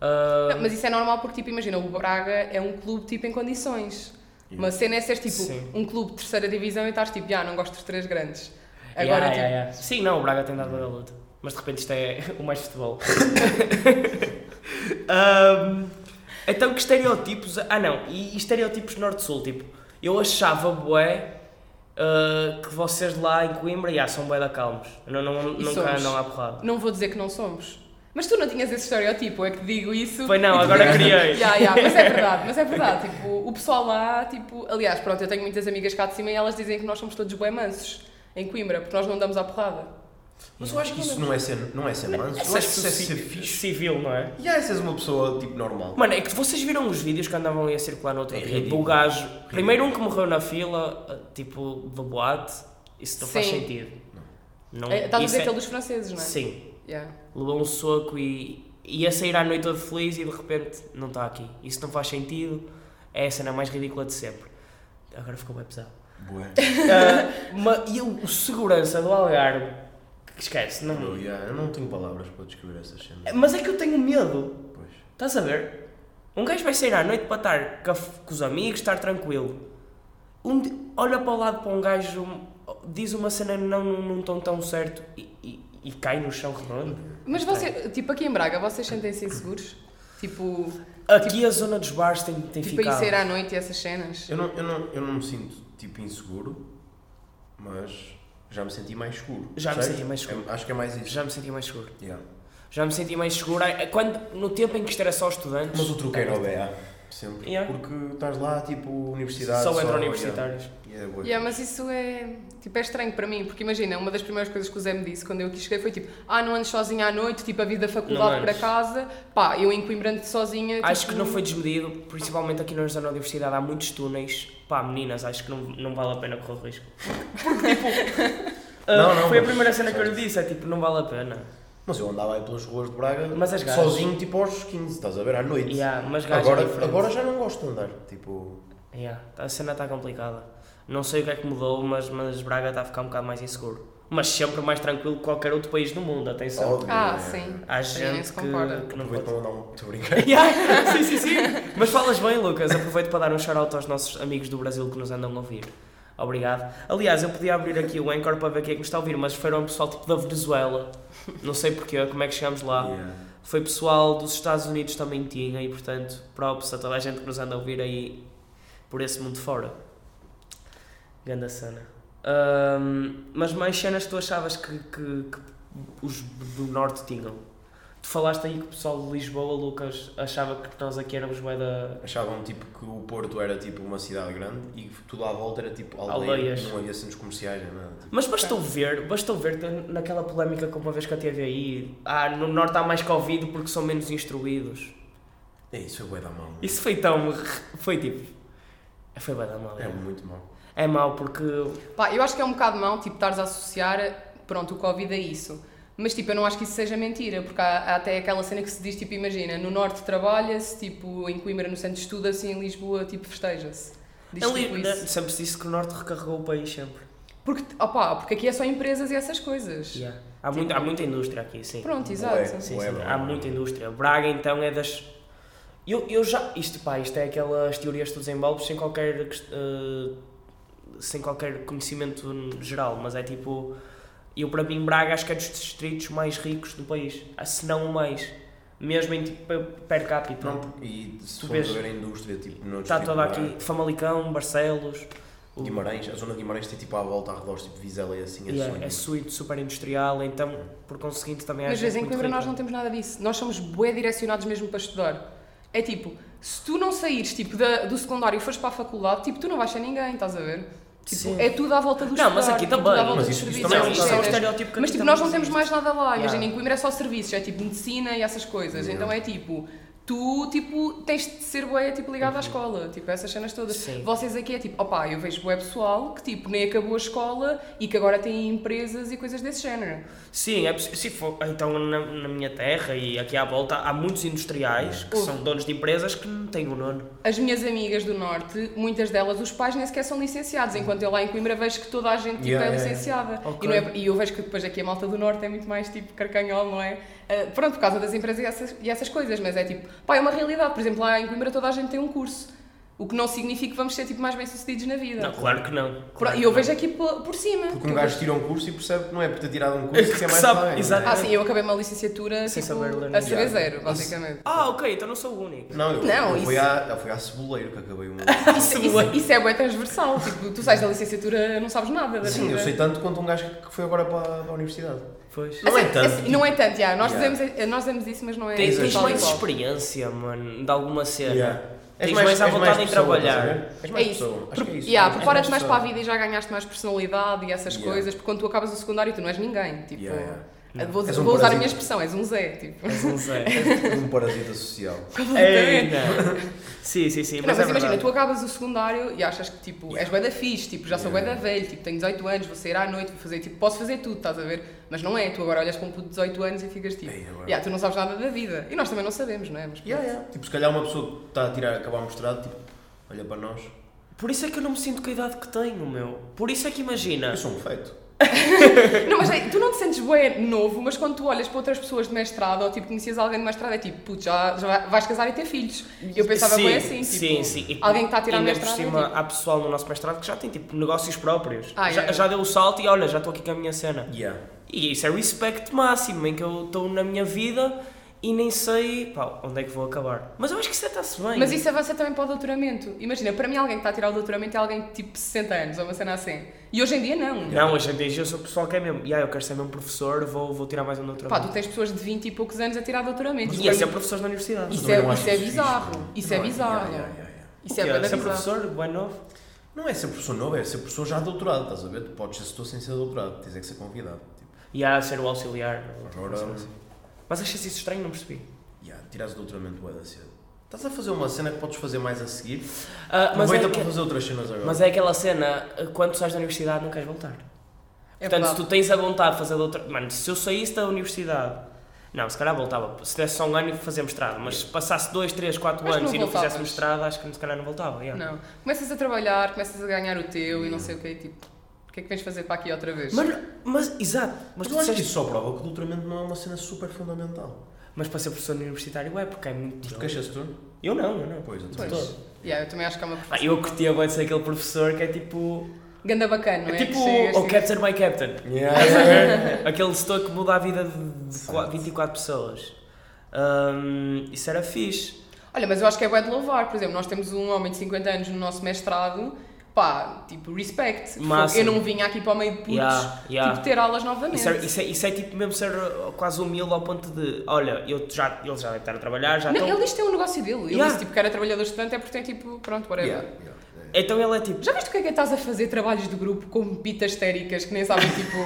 Ah,
Não, mas isso é normal porque, tipo, imagina, o Braga é um clube tipo em condições.
Yeah.
Uma cena é ser tipo
Sim.
um clube de terceira divisão e estás tipo, ah, não gosto dos três grandes.
yeah,
Agora,
yeah,
tipo,
yeah. Sim, não, o Braga tem dado a luta. Mas de repente isto é o mais futebol. Ahm, então que estereotipos. Ah não, e, e estereotipos norte-sul, tipo, eu achava bué. ah, que vocês de lá em Coimbra já são bué da calmos. Não, não,
E
nunca
somos.
não há porrada.
não vou dizer que não somos. Mas tu não tinhas esse estereotipo, é que digo isso.
Foi não,
E tu
agora
ganhas.
criei.
Ya, ya, mas é verdade, mas é verdade. Tipo, o pessoal lá, tipo, aliás, pronto, eu tenho muitas amigas cá de cima e elas dizem que nós somos todos bué mansos em Coimbra, porque nós não damos à porrada.
Mas eu acho que isso não é ser, não é ser manso. Eu acho que isso é ser
ci-
fixe.
civil, não é?
E aí, se és uma pessoa tipo normal.
Mano, é que vocês viram os vídeos que andavam aí a circular no outro
É
dia
ridículo.
do gajo. Primeiro um que morreu na fila, ah, tipo, do boate. Isso não faz
Sim.
sentido. Não.
É, Estás
isso
a dizer
é-
aquele dos franceses, não é?
Sim.
Ya.
Levou um soco e ia sair à noite todo feliz e de repente não está aqui. Isso não faz sentido. É a cena mais ridícula de sempre. Agora ficou bem pesado.
Bué.
Ah, ma- e o o segurança do Algarve, que esquece,
Eu,
não.
yeah, eu não tenho palavras para descrever essas cenas.
Mas é que eu tenho medo.
Pois.
Estás a ver? Um gajo vai sair à noite para estar com, a- com os amigos, estar tranquilo. Um di- olha para o lado para um gajo, diz uma cena não num num tom tão certo e, e- e cai no chão redondo.
Mas você, tipo, aqui em Braga, vocês sentem-se inseguros? Tipo,
Aqui a zona dos bares tem, tem
tipo aí
ficado.
sair à noite e essas cenas?
Eu não, eu, não, eu não me sinto tipo inseguro, mas já me senti mais seguro.
Já me
percebes?
senti mais seguro.
É- acho que é mais isso.
Já me senti mais seguro.
Yeah.
Já me senti mais seguro é quando, no tempo em que isto era só estudantes.
Mas o truque é era o BA, sempre.
Yeah.
Porque estás lá, tipo, universidade.
É. Só entram universitários.
Yeah. Yeah,
Yeah, mas isso é, tipo, é estranho para mim, porque imagina, uma das primeiras coisas que o Zé me disse quando eu aqui cheguei foi tipo, ah, não andes sozinha à noite, tipo, a vida da faculdade
Não
para
andes.
casa, pá, eu em Coimbra ando sozinha.
Acho
tipo,
que não foi desmedido, principalmente aqui na zona da universidade há muitos túneis. Pá, meninas, acho que não, não vale a pena correr o risco. Porque, tipo, ah,
Não, não,
foi a
mas-
primeira cena que eu lhe disse, é tipo, não vale a pena.
Mas eu andava aí pelas ruas de Braga
Mas as gajas-
sozinho, tipo aos 15, estás a ver, à noite.
Yeah, mas gajo é
agora,
diferente.
agora já não gosto de andar. Tipo,
Yeah, a cena está complicada. Não sei o que é que mudou, mas, mas Braga está a ficar um bocado mais inseguro. Mas sempre mais tranquilo que qualquer outro país do mundo, atenção.
óbvio.
Ah,
é.
sim.
Há
Sim,
gente
nem se
que,
concorda.
que não
Aproveito
pode.
para mandar um. Estou a brincar.
Yeah, sim, sim, sim. Mas falas bem, Lucas. Aproveito para dar um shout-out aos nossos amigos do Brasil que nos andam a ouvir. Obrigado. Aliás, eu podia abrir aqui o Anchor para ver quem é que nos está a ouvir, mas foram pessoal tipo da Venezuela. Não sei porquê, como é que chegamos lá.
Yeah.
Foi pessoal dos Estados Unidos também tinha e, portanto, props a toda a gente que nos anda a ouvir aí por esse mundo fora. Ganda cena. Ahm, mas mais cenas que tu achavas que, que- que os do Norte tinham? Tu falaste aí que o pessoal de Lisboa, Lucas, achava que nós aqui éramos bué da...
Achavam tipo que o Porto era tipo uma cidade grande e tudo à volta era tipo aldeia.
Aldeias.
Não havia centros comerciais nem nada. Tipo,
Mas bastou ver, bastou ver que naquela polémica que uma vez que a teve aí, ah, no Norte há mais Covid porque são menos instruídos.
é isso, foi bué da mal.
Isso foi tão... foi tipo... Foi bué da mal.
É muito mal.
É mau porque.
Pá, eu acho que é um bocado mau, tipo, estares a associar, pronto, o Covid a isso. Mas, tipo, eu não acho que isso seja mentira, porque há, há até aquela cena que se diz, tipo, imagina, no Norte trabalha-se, tipo, em Coimbra, no centro estuda-se, em Lisboa, tipo, festeja-se. Diz
Ali,
tipo
né,
isso.
sempre se disse que o Norte recarregou o país sempre.
Porque, opá, porque aqui é só empresas e essas coisas.
Yeah. é. Há, muito, há muita indústria aqui, sim.
Pronto,
Ué,
exato.
Sim,
Ué,
sim,
bro.
há muita indústria. Braga então é das. Eu, eu já. Isto, pá, isto é aquelas teorias que tu desenvolves sem qualquer. eh, sem qualquer conhecimento geral, mas é tipo. Eu, para mim, Braga acho que é dos distritos mais ricos do país. Ah, Se não o mais. Mesmo em tipo, per capita.
Pronto, e se
Tu
tu
vês-
a ver a indústria, tipo, no
Está Tá
distrito
toda
de Braga,
aqui. Famalicão, Barcelos. o-
Guimarães, a zona de Guimarães tem tipo à volta, ao redor, tipo Vizela e assim,
Yeah,
assim.
é suíte super industrial, então por conseguinte também há
Mas, às vezes,
gente
em
muito
Coimbra,
rica.
nós não temos nada disso. Nós somos bué direcionados mesmo para estudar. É tipo, se tu não saíres, tipo, da- do secundário e fores para a faculdade, tipo, tu não vais ser ninguém, estás a ver? Tipo,
Sim.
é tudo à volta do
Não, mas
estudar,
aqui
tipo,
também,
tudo à volta
mas
dos
isso- isso
serviços,
também
Não,
é um
das
isso é um
cenas.
estereótipo que
Mas
aqui também
tipo, nós não temos
existe.
mais nada lá,
Yeah.
imagina, em Coimbra é só serviços, é tipo medicina e essas coisas,
Yeah.
então é tipo, tu tipo, tens de ser bué, tipo, ligado à escola, tipo, essas cenas todas.
Uhum. Sim.
Vocês aqui é tipo, opá, eu vejo bué pessoal que tipo, nem acabou a escola e que agora tem empresas e coisas desse género.
Sim, é possi- se for, então na, na minha terra e aqui à volta há muitos industriais que
Houve.
são donos de empresas que não têm o nono.
As minhas amigas do Norte, muitas delas, os pais nem sequer são licenciados, enquanto eu lá em Coimbra vejo que toda a gente tipo,
Yeah,
é
yeah,
licenciada.
Ok.
E, não é- e eu vejo que depois aqui a malta do Norte é muito mais tipo carcanhol, não é? Ah, pronto, por causa das empresas e essas, e essas coisas, mas é tipo, pá, é uma realidade. Por exemplo, lá em Coimbra toda a gente tem um curso, o que não significa que vamos ser tipo, mais bem-sucedidos na vida.
Não, claro que não.
Pro-
Claro
e
que
eu
não.
vejo aqui por, por cima.
Porque um
Porque-
gajo tira um curso e percebe que não é por ter tirado um curso que é
Que
mais
sabe-
bem, não é?
exato.
Ah, sim, eu acabei uma licenciatura
Sem
tipo,
saber ler
a
nem
saber
nada.
zero, basicamente.
Ah, ok, então não sou o único.
Não, eu,
Não,
eu fui
isso-
à, eu fui à Ceboleiro que acabei o meu.
Isso, isso- isso é bem transversal, tipo, tu sais da licenciatura não sabes nada da
Sim,
vida.
eu sei tanto quanto um gajo que foi agora para, para a universidade.
Pois.
Não é
Assim,
tanto.
assim, não é tanto, já. Nós,
Yeah.
dizemos, nós dizemos isso, mas não é.
Tens,
não
tens
é
mais
igual.
experiência, mano, de alguma cena.
Yeah.
Tens mais à vontade em
pessoa,
trabalhar.
estás a ver? És
É
mais
isso.
pessoa. Acho que é isso.
Yeah,
És
Prepara-te mais para a
pessoa.
vida e já ganhaste mais personalidade e essas
Yeah.
coisas, porque quando tu acabas o secundário tu não és ninguém. Tipo,
Yeah, yeah.
eh, Vou,
És um
vou usar a
parasita.
minha expressão, és um Zé. Tipo.
És um Zé.
um parasita social.
Ei, não. Sim, sim, sim.
Não,
mas
mas
é
imagina,
verdade.
tu acabas o secundário e achas que tipo, és bué da fixe, tipo, já sou bué da velho, tipo, tenho 18 anos, vou sair à noite, vou fazer, tipo, posso fazer tudo, estás a ver? Mas não é, tu agora olhas para um puto de 18 anos e ficas tipo,
Ei, agora-
yeah, tu não sabes nada da vida. E nós também não sabemos, não é? Mas
Yeah, yeah. Tipo, se calhar uma pessoa que está a tirar, acabar o mestrado, tipo, olha para nós.
Por isso é que eu não me sinto com a idade que tenho, meu. Por isso é que imagina.
Eu sou um feito.
Não, mas é, tu não te sentes bué novo, mas quando tu olhas para outras pessoas de mestrado ou tipo conhecias alguém de mestrado é tipo, putz, já, já vais casar e ter filhos. E eu pensava
sim,
bué assim, tipo,
sim, sim. E
alguém que está a tirar
ainda por
mestrado.
cima,
é, tipo,
há pessoal no nosso mestrado que já tem tipo negócios próprios.
Ah,
já,
é, é.
já deu o salto e olha, já estou aqui com a minha cena.
Yeah.
E isso é respect máximo, em que eu estou na minha vida e nem sei pá, onde é que vou acabar. Mas eu acho que isso está-se bem.
Mas isso avança também para o doutoramento. Imagina, para mim alguém que está a tirar o doutoramento é alguém de tipo 60 anos ou uma cena assim. E hoje em dia não.
Não, hoje em dia eu sou o pessoal que é mesmo. Yeah, eu quero ser mesmo professor, vou, vou tirar mais um doutorado.
Pá, tu tens pessoas de 20 e poucos anos a tirar doutoramento.
E é
para
ia ser
mim-
professor na universidade.
Isso
Também
é,
não acho
isso é
isso fixe,
bizarro. Isso é
Não,
bizarro.
yeah, yeah, yeah.
Isso é
Yeah,
bué
ser
bizarro.
professor, bem novo.
Não é ser professor novo, é ser professor já doutorado, estás a ver? Tu podes ser setor sem ser doutorado, tens é que ser convidado. Tipo,
E yeah, ser o auxiliar.
agora,
Mas achas isso estranho? Não percebi.
yeah, tiras o doutoramento bué da cedo. Estás a fazer uma cena que podes fazer mais a seguir,
Ah, mas, é
aproveita
que-
para fazer outras cenas agora.
mas é aquela cena, quando tu sais da universidade não queres voltar.
É
Portanto, se
verdade.
tu tens a vontade de fazer doutorado. Mano, se eu saísse da universidade Não, se calhar voltava. Se desse só um ano e fazemos estrada, mas se passasse 2, 3, 4
Mas não
anos e não
voltavas.
fizéssemos estrada, acho que se calhar não voltava. yeah.
Não. Começas a trabalhar, começas a ganhar o teu e não sei o quê, e tipo, o que é que vens fazer para aqui outra vez?
Mas, mas, exato, mas,
Mas
tu
eu acho que
disseste-
isso só prova que o doutoramento não é uma cena super fundamental.
mas para ser professor universitário é porque é muito.
Tu
jogo.
queixas-te tu?
Eu não, eu não.
Pois, eu também.
Pois. Yeah, eu também acho que é uma
Ah, eu curtia bem ser aquele professor que é tipo.
ganda bacana, não
É
é?
tipo
Chegas,
o
tipo,
Captain My Captain. Estás a
Yeah.
ver? Aquele setor que muda a vida de qua- 24 pessoas. Ahm, isso era fixe.
Olha, mas eu acho que é bué de louvar. Por exemplo, nós temos um homem de 50 anos no nosso mestrado, pá, tipo, respect.
Máximo.
Eu não vim aqui para o meio de putos,
Yeah, yeah.
tipo, ter aulas novamente.
Isso é, isso é- isso é tipo mesmo ser uh, quase humilde ao ponto de: olha, eu já, eles já devem estar a trabalhar, já
Não,
estão.
Ele diz que tem um negócio dele. Ele
Yeah.
disse tipo, que era trabalhador estudante é porque tem tipo, pronto, whatever.
Yeah, yeah, yeah.
Então ele é tipo.
Já viste o que é que estás a fazer trabalhos de grupo com pitas histéricas que nem sabem, tipo.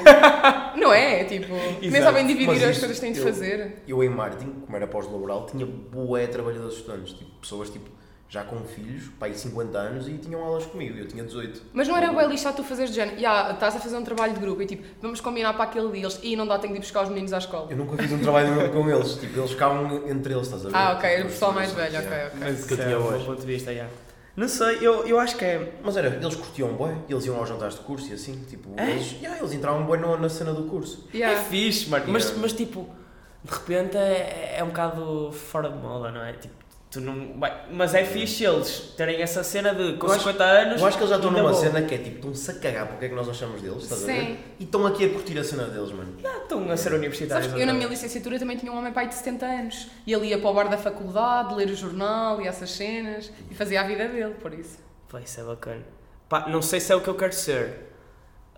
não é? Tipo, que nem
Exato.
sabem dividir
Mas
as
isso
coisas que têm de
eu-
fazer.
Eu em marketing, como era pós-laboral, tinha bué trabalhadores estudantes, tipo, pessoas tipo, já com filhos, pai 50 anos e tinham aulas comigo, eu tinha 18.
Mas não era bem lixado tu fazeres de género. "Ya, estás a fazer um trabalho de grupo e tipo, vamos combinar para aquele dia. Eles, e não dá, tenho de ir buscar os meninos à escola.
Eu nunca fiz um trabalho nenhum com eles, tipo, eles ficavam entre eles, estás a ver? Tipo,
Ah, ok, era o
Os
pessoal mais
estudantes,
velho, ok,
yeah.
ok.
Mas
que
isso
eu
é
tinha
um
hoje.
bom ponto de vista, já. Não sei, eu, eu acho que é.
Mas era, eles curtiam bué, eles iam aos jantares de curso e assim, tipo,
É?
eles, yeah, eles entravam bué na, na cena do curso.
É
Ya.
fixe, mano. Mas,
Yeah.
mas tipo, de repente é, é um bocado fora de moda, não é? Tipo, tu não. vai- Mas é fixe eles terem essa cena de com
Eu acho-
50 anos.
Eu acho que eles já estão
ainda
numa
vou.
cena que é tipo, estão-se a cagar porque é que nós não achamos deles, estás a ver?
Sim.
E estão aqui a curtir a cena deles, mano.
Ah, estão a ser universitários.
Sabes, que eu na
agora.
minha licenciatura também tinha um homem pai de 70 anos e ele ia para o bar da faculdade, ler o jornal e essas cenas e fazia a vida dele, por isso.
Vai ser é bacana. Pá, não sei se é o que eu quero ser.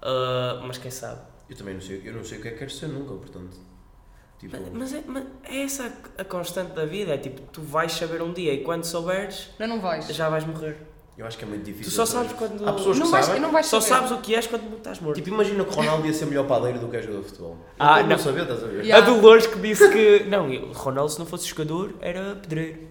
Ah, mas quem sabe.
Eu também não sei, eu não sei o que é que quero ser nunca, portanto. Tipo,
Mas, mas é, mas é essa a- a constante da vida. É tipo, tu vais saber um dia e quando souberes,
Não, não vais.
já vais morrer.
eu acho que é muito difícil.
Tu só
saber.
sabes quando-
Há pessoas
não,
que
vais
sabem.
não vais
Só
saber.
sabes o que és quando estás morto.
Tipo, imagina que o Ronaldo ia ser melhor padeiro do que é jogador de futebol. Eu
Ah,
tenho que
não.
saber, estás a ver?
Yeah.
A Dolores que disse que. Não, eu- Ronaldo, se não fosse jogador, era pedreiro.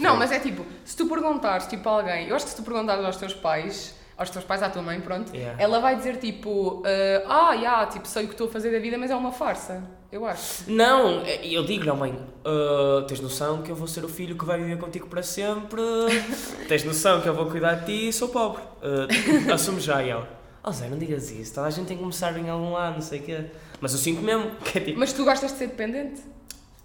Não, mas é tipo, se tu perguntares tipo, a alguém, eu acho que se tu perguntares aos teus pais, aos teus pais, à tua mãe, pronto,
Yeah.
ela vai dizer tipo, eh, ah, yeah, tipo, sei o que estou a fazer da vida, mas é uma farsa. Eu acho.
Não, é- eu digo-lhe, "Oh, mãe, ah, tens noção que eu vou ser o filho que vai viver contigo para sempre. tens noção que eu vou cuidar de ti e sou pobre. Ah, assume já, e ela. Oh Zé, não digas isso, toda a gente tem que começar em algum lado, não sei o quê. Mas eu sinto mesmo que é tipo,
Mas tu gostas de ser dependente?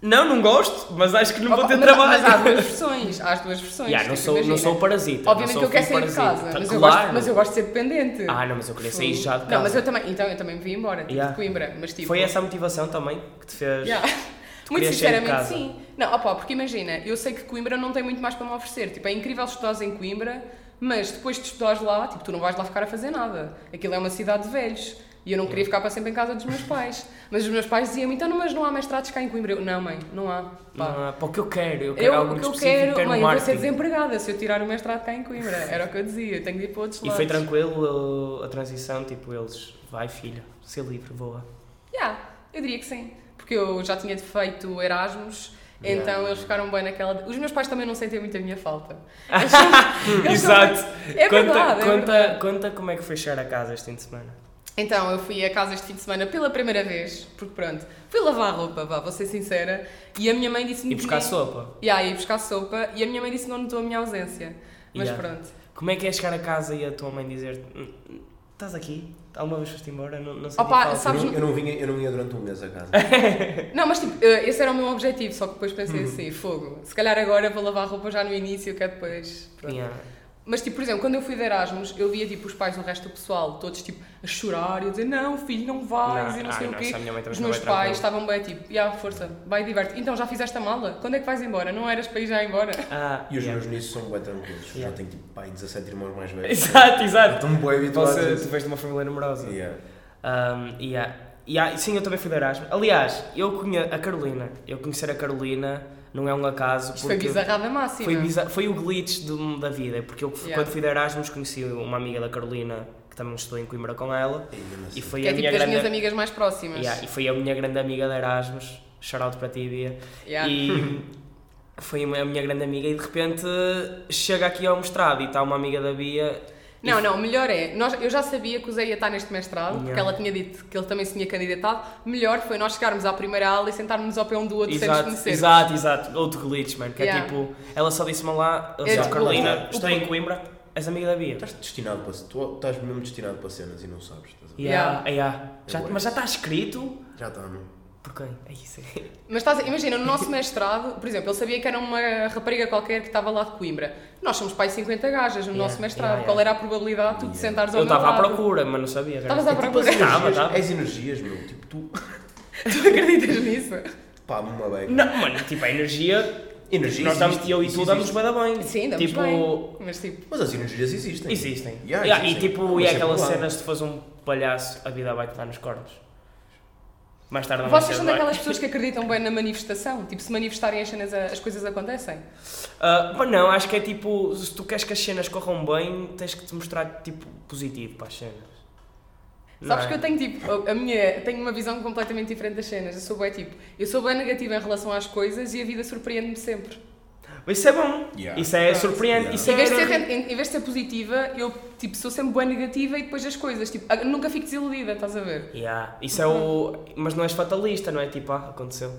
não, não gosto, mas acho que não vou
Opa,
ter
mas,
trabalho.
Mas há duas versões, há as duas versões.
Yeah, não,
tipo,
sou, não
imagina.
sou o parasita.
Obviamente
não sou
que eu quero
o
sair
filho
de
parasita.
casa,
Tá
mas, eu
claro.
gosto, mas eu gosto de ser dependente.
Ah, não, mas eu queria sair
Sim.
já de casa.
Não, mas eu também, então eu também vim embora, tipo
Yeah.
de Coimbra, mas tipo...
Foi essa a motivação também que te fez.
Yeah. Muito
querias sair de
sinceramente,
casa.
sim. Não, opa, porque imagina, eu sei que Coimbra não tem muito mais para me oferecer. Tipo, é incrível estudares em Coimbra, mas depois de estudares lá, tipo, tu não vais lá ficar a fazer nada. Aquilo é uma cidade de velhos. E eu não queria ficar para sempre em casa dos meus pais. Mas os meus pais diziam-me, então, não, mas não há mestrados cá em Coimbra. Eu, não, mãe, não há. Pá.
Não, para o que eu quero, eu quero
Eu,
algo
o que eu
específico,
quero,
quero um
mãe, eu vou
marketing.
ser desempregada se eu tirar o mestrado cá em Coimbra. Era o que eu dizia, eu tenho de ir para outros
E
lados.
foi tranquilo uh, a transição, tipo, eles, vai filha, ser livre, boa.
Yeah, eu diria que sim. Porque eu já tinha feito Erasmus,
Yeah.
então eles ficaram bem naquela. de- Os meus pais também não sentem muito a minha falta. Eles são
Exato.
É
conta,
verdade, é
conta,
verdade.
conta como é que foi chegar a casa este fim de semana.
Então, eu fui a casa este fim de semana pela primeira vez, porque pronto, fui lavar a roupa, vá, vou ser sincera, e a minha mãe disse-me.
E buscar
que-
sopa.
Yeah, ia buscar sopa, e a minha mãe disse que não notou a minha ausência. Mas
Yeah.
pronto.
Como é que é chegar a casa e a tua mãe dizer "Hum, hum, estás aqui? Alguma vez foste embora? Não, não sei
Opa,
Eu
sabes-
não, eu, não vinha, eu não vinha durante um mês a casa.
Não, mas tipo, eh, esse era o meu objetivo, só que depois pensei
Uhum.
assim: fogo, se calhar agora vou lavar a roupa já no início, que é depois. Pronto.
Yeah.
Mas, tipo, por exemplo, quando eu fui de Erasmus, eu via, tipo, os pais do resto do pessoal, todos, tipo, a chorar e a dizer, não, filho, não vais, e não
ai,
sei o
não,
quê.
essa minha mãe também
Os
não
meus
vai
pais
tranquila.
estavam bem, tipo, já, força, vai, diverte. Então, já fizeste a mala? Quando é que vais embora? Não eras para ir já embora?
Ah,
E os
yeah.
meus nisso são bué tranquilos. Eu Já
Yeah.
tenho tipo, pai, 17 irmãos mais velhos.
Exato, exato.
Estão bué habituados a
Você, tu
isso.
vens de uma família numerosa.
Yeah.
Um, e há- e há- sim, eu também fui de Erasmus. Aliás, eu conheço a Carolina. Eu conhecer a Carolina não é um acaso.
Isto foi
porque-
bizarrada máxima.
Foi, bizar- foi o glitch do- da vida, porque eu
é? Yeah.
quando fui de Erasmus conheci uma amiga da Carolina que também estudou em Coimbra com ela
Ei, mesmo assim.
e foi
Que
a
é, tipo,
minha
das minhas
grande
amigas mais próximas.
Yeah, e foi a minha grande amiga de Erasmus, shout para ti, Bia.
Yeah.
E foi uma- a minha grande amiga e de repente chega aqui ao mestrado e está uma amiga da Bia
Não, não, melhor é. Nós, eu já sabia que o Zé ia estar neste mestrado, porque
Yeah.
ela tinha dito que ele também se tinha candidatado. Melhor foi nós chegarmos à primeira aula e sentarmos ao pé um do outro sem nos
Exato,
conhecer.
exato, exato. Outro glitch, mano. Que
Yeah.
é tipo, ela só disse-me lá,
É,
"Ó,
tipo,
Carolina,
o-
estou em Coimbra, és amiga da Bia.
Estás destinado para. Tu estás mesmo destinado para cenas e não sabes. Estás a ver?
Yeah, yeah. Já-
Eu
mas já
acho.
está escrito
Já está, não?
por quem? É isso aí.
Mas estás a- imagina, no nosso mestrado, por exemplo, ele sabia que era uma rapariga qualquer que estava lá de Coimbra. Nós somos pai 50 gajas no
Yeah,
nosso mestrado.
yeah,
Qual era a probabilidade de tu te
Yeah.
sentares ao
Eu
meu
estava à
lado?
procura, mas não sabia.
Estavas
realmente.
à procura.
Tipo, Estava,
Energias,
estava.
És energias, meu. Tipo, tu.
Tu acreditas nisso?
Pá, uma beca.
Não, mano, tipo, a energia.
Energia
Nós damos,
existe,
eu e
isso
tu damos
existe.
bué da bem.
Sim, damos
tipo,
bem. Mas tipo,
Mas as energias existem.
Existem.
Yeah,
Yeah,
existem.
E tipo,
Mas
e é
é
aquela
provável.
cena se tu fores um palhaço, a vida vai te dar nos cornos. Mais tarde ou mais
vocês são
cedo,
daquelas
vai.
pessoas que acreditam bem na manifestação? Tipo, se manifestarem as cenas, a- as coisas acontecem?
Ah, mas não, acho que é tipo, se tu queres que as cenas corram bem, tens que te mostrar tipo positivo para as cenas. Não
Sabes
é?
que eu tenho tipo, a minha, tenho uma visão completamente diferente das cenas. Eu sou bem tipo, eu sou bem negativa em relação às coisas e a vida surpreende-me sempre.
Mas isso é bom.
Yeah. Ah,
Isso é surpreendente.
Yeah.
Isso
Em
é
vez, de ser, em, em vez de ser positiva, eu tipo, sou sempre bem negativa e depois as coisas, tipo, ah, nunca fico desiludida, estás a ver?
Yeah, Isso é o. Mas não és fatalista, não é? Tipo, ah, aconteceu.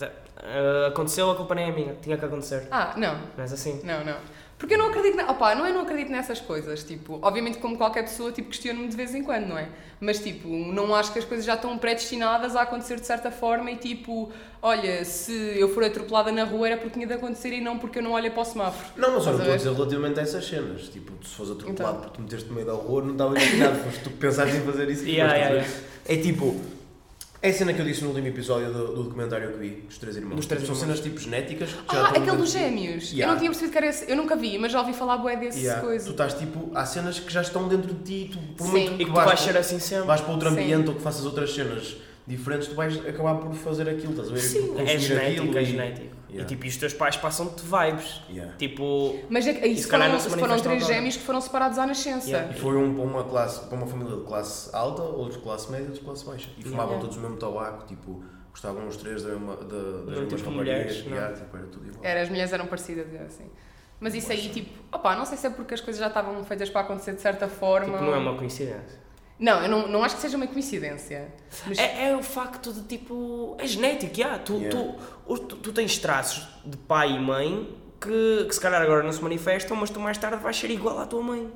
Ah, aconteceu, a culpa nem é minha. Tinha que acontecer.
Ah, não,
Mas assim.
não, não. Porque eu não acredito, na, opá, não é não acredito nessas coisas, tipo, obviamente como qualquer pessoa, tipo, questiono-me de vez em quando, não é? Mas tipo, não acho que as coisas já estão predestinadas a acontecer de certa forma e tipo, olha, se eu for atropelada na rua era porque tinha de acontecer e não porque eu não olho para o semáforo.
Não, mas eu não
Estás a
estou a
ver?
dizer relativamente a essas cenas. Tipo, tu se fores atropelado
Então.
porque te meteste no meio da rua, não estava imaginado, foste tu que pensaste em fazer isso. e
Yeah,
foste
yeah,
fazer. É tipo. É a cena que eu disse no último episódio do, do documentário que vi, dos Três Irmãos.
Dos Três
Tipo, São
Irmãos.
cenas tipo genéticas. que já
Ah,
estão
aquele dos
dentro-
gêmeos. Eu
Yeah.
não tinha percebido que era esse. Eu nunca vi, mas já ouvi falar bué desse
Yeah.
coisa.
Tu
tá-
estás tipo. Há cenas que já estão dentro de ti, e tu, por
Sim.
muito
E
que
que tu
vás-
vais ser assim sempre.
vais para outro
Sim.
ambiente ou que faças outras cenas diferentes, tu vais acabar por fazer aquilo, estás a ver?
Sim.
Por
É
consumir
genético,
aquilo
é
e-
genético. E
Yeah.
tipo, e os teus pais passam-te vibes.
Yeah.
Tipo.
Mas é que
E
isso
se calhar
foram,
não se
foram
manifestam
três
agora.
gêmeos que foram separados à nascença.
Yeah.
E foi um para uma classe, para uma família de classe alta, outros de classe média, outros de classe baixa. E fumavam
Yeah.
todos o mesmo tabaco, tipo, gostavam os três da mesma, da, das
mesmo
mesmas
tipo de
raparigas,
mulheres, não é?
yeah, tipo, era tudo igual.
Era, as mulheres eram parecidas, era assim. Mas isso aí,
Pois.
tipo, opá, não sei se é porque as coisas já estavam feitas para acontecer de certa forma.
Tipo, não é uma coincidência.
Não, eu não, não acho que seja uma coincidência. Mas-
É, é o facto de tipo. É genético, yeah. tu,
Yeah.
Tu, os- tu, tu tens traços de pai e mãe que, que se calhar agora não se manifestam, mas tu mais tarde vais ser igual à tua mãe.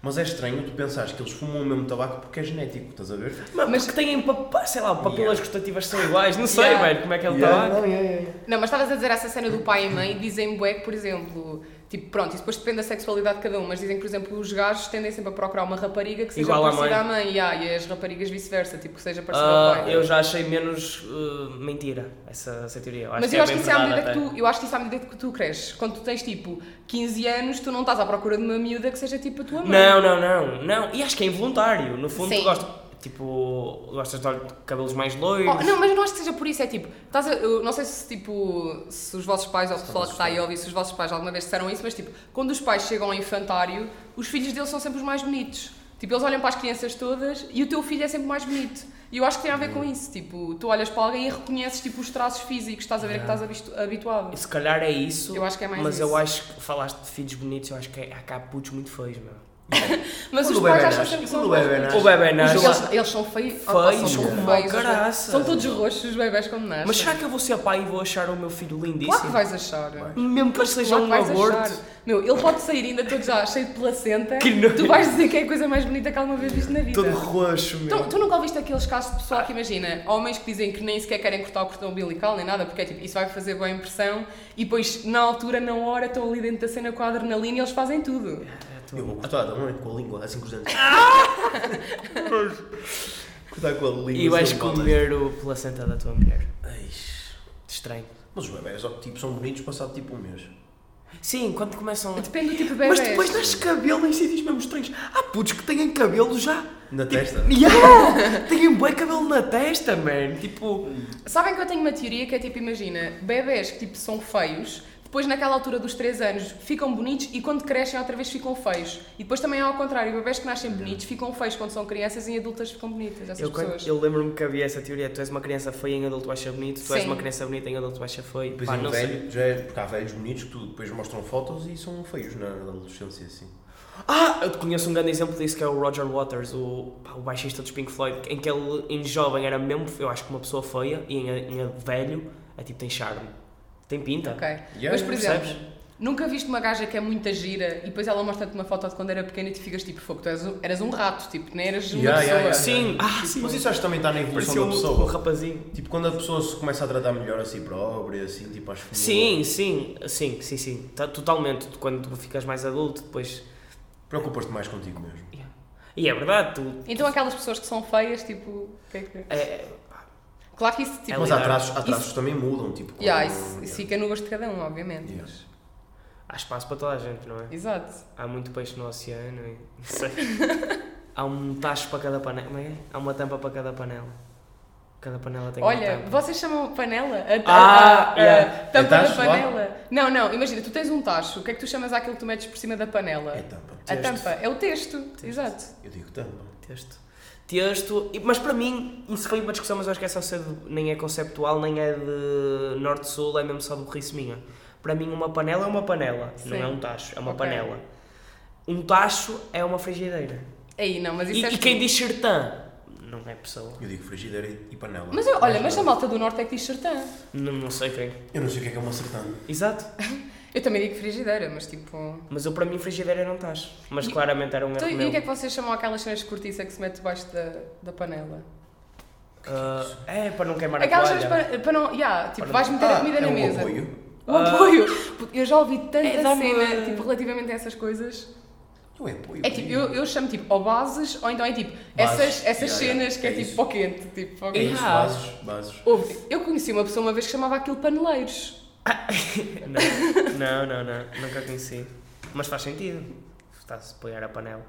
Mas é estranho tu pensares que eles fumam o mesmo tabaco porque é genético, estás a ver?
Mas,
Mas-
que têm, papa- sei lá, papilas
Yeah.
gustativas são iguais, não sei,
Yeah.
velho, como é que ele está
Yeah,
lá.
não, yeah, yeah, yeah.
Não, mas estavas a dizer essa cena do pai e mãe e dizem bué que, por exemplo, tipo, pronto, isso depois depende da sexualidade de cada um, mas dizem que, por exemplo, os gajos tendem sempre a procurar uma rapariga que seja
Igual à
parecida à mãe, yeah, e as raparigas vice-versa, tipo, que seja parecida
Ah,
ao pai.
eu já achei menos uh, mentira essa, essa teoria. Eu acho
Mas
que
eu
é
acho que
bem
isso é à
verdade
medida que
até.
tu, eu acho que isso é à medida que tu cresces. Quando tu tens tipo 15 anos, tu não estás à procura de uma miúda que seja tipo a tua mãe.
Não, não, não, não. E acho que é involuntário. No fundo,
Sim.
tu gostas, tipo, gostas de olhos- de cabelos mais loiros.
Oh, não, mas eu não acho que seja por isso, é tipo, estás a- eu não sei se tipo, se os vossos pais ou o pessoal que está aí a ouvir, se os vossos pais alguma vez disseram isso, mas tipo, quando os pais chegam ao infantário, os filhos deles são sempre os mais bonitos. Tipo, eles olham para as crianças todas e o teu filho é sempre mais bonito. E eu acho que tem a ver com isso, tipo, tu olhas para alguém e reconheces tipo os traços físicos, estás a ver que estás habitu- habituado.
E Se calhar é isso.
Eu acho que é mais
Mas
isso.
eu acho que falaste de filhos bonitos, eu acho que é- há cá putos muito feios, meu.
Mas
Quando
os
o bebé
pais acham
nasce,
sempre
quando
que são
o
os mais
bebé
bonitos.
O bebê nasce.
Mas eles, eles são feios. Opa,
Feios,
são
como
feios.
caraças.
São todos roxos, os bebés quando nascem.
Mas será que eu vou ser pai e vou achar o meu filho lindíssimo?
Claro que vais achar. Claro
Mesmo que ele
que
seja um
vais
aborto.
achar. Meu, ele pode sair ainda todo já cheio de placenta.
Que nojo.
tu vais dizer que é a coisa mais bonita que alguma vez viste na vida.
Todo roxo,
Então-
meu.
Tu, tu nunca ouviste aqueles casos de pessoal que imagina, homens que dizem que nem sequer querem cortar o cordão umbilical nem nada, porque é tipo, isso vai fazer boa impressão, e depois, na altura, na hora, estão ali dentro da cena com a adrenalina e eles fazem tudo.
É, tu-
Eu vou cortar também com a língua, assim com os dentes.
Ah!
cortar com a língua.
E vais
sem balas.
comer o placenta da tua mulher.
Eish.
Estranho.
Mas os bebés tipo, são bonitos passado tipo um mês.
Sim, quando começam.
Depende do tipo de bebê.
Mas depois das cabelo em sítios mesmo estranhos. Há putos que têm cabelo já.
Na
Tipo,
testa.
Yeah, têm bem cabelo na testa, man. Tipo.
Sabem que eu tenho uma teoria que é tipo, imagina, bebés que tipo são feios, depois naquela altura dos 3 anos ficam bonitos e quando crescem outra vez ficam feios. E depois também é ao contrário, bebés que nascem bonitos ficam feios quando são crianças e em adultas ficam bonitas, essas
Uhum. Eu, quando-
pessoas.
eu lembro-me que havia essa teoria: tu és uma criança feia em adulto acha bonito, tu és
Sim.
uma criança bonita em adulto acha feio.
Depois um
Pá,
um
em
não sei.
é, velho, já é, porque há velhos bonitos que tu depois mostram fotos e são feios na adolescência, assim.
Ah, eu te conheço um grande exemplo disso que é o Roger Waters, o, pá, o baixista dos Pink Floyd, em que ele em jovem era mesmo, eu acho que uma pessoa feia e em, em velho é tipo tem charme, tem pinta.
Ok.
Yeah,
Mas, por exemplo,
percebes?
nunca viste uma gaja que é muita gira e depois ela mostra-te uma foto de quando era pequena e tu ficas tipo, fogo, tu és um- eras um rato, tipo, nem eras uma
Yeah,
pessoa.
yeah, yeah.
Sim, ah, sim.
Mas isso acho que também está na evolução
Parecia
da
um, um
pessoa.
rapazinho.
Tipo, quando a pessoa se começa a tratar melhor a si própria, assim, tipo, acho que...
Sim, sim, sim, sim, sim. Ta- Totalmente. Tu- Quando tu ficas mais adulto, depois.
Preocupas-te mais contigo mesmo.
Yeah. E é verdade, tu.
Então aquelas pessoas que são feias, tipo, o que é que...
É,
Claro que isso, tipo...
Ela- é um
Mas há traços, há traços
Isso-
também mudam, tipo... quando-
Yeah, isso, isso fica no gosto de cada um, obviamente.
Yeah.
mas-
há espaço para toda a gente, não é?
Exato.
Há muito peixe no oceano e. Não sei. há um tacho para cada panela. Como é? Há uma tampa para cada panela. Cada panela tem uma
Olha,
tampa.
vocês chamam panela? A,
Ah,
a- a-
yeah.
a tampa
É tacho,
da panela. Não, não, imagina, tu tens um tacho, o que é que tu chamas àquilo que tu metes por cima da panela?
É tampa.
a
texto.
tampa, é o texto, exato.
Eu digo tampa.
Texto. Texto. E- Mas para mim, isso foi uma discussão, mas eu acho que essa cedo nem é conceptual, nem é de norte-sul, é mesmo só burrice minha. Para mim, uma panela é uma panela, não
Sim.
é um tacho, é uma
Ok.
panela. Um tacho é uma frigideira.
Aí não, mas isso
E,
é
e quem diz sertã? Não é pessoa.
Eu digo frigideira e e panela.
Mas eu- olha, mas a malta do norte é que diz sertã.
Não, não sei quem.
Eu não sei o que é que é uma sertã.
Exato.
Eu também digo frigideira, mas tipo.
Mas eu, para mim, frigideira era um tacho. Mas
E-
claramente era um
Então,
erro
e
meu.
o que é que vocês chamam aquelas cenas de cortiça que se mete debaixo da, da panela?
Ah, é, para não queimar a
Aquelas cenas
toalha.
para, para não. Yeah, tipo,
Para-
vais meter a
Ah,
comida
é
na
um
mesa.
apoio?
O apoio! Eu já ouvi tanta
É, dá-me-
cena tipo, relativamente a essas coisas.
Não é apoio.
É tipo, eu, eu chamo tipo ou bases ou então é tipo essas, essas
yeah,
cenas
yeah,
que é,
é
tipo
isso.
pó quente. Tipo, pó
É
quente.
isso,
Ah.
bases, bases.
Ouve, eu conheci uma pessoa uma vez que chamava aquilo paneleiros.
Não, não, não, não. Nunca conheci. Mas faz sentido. Está-se a apoiar a panela.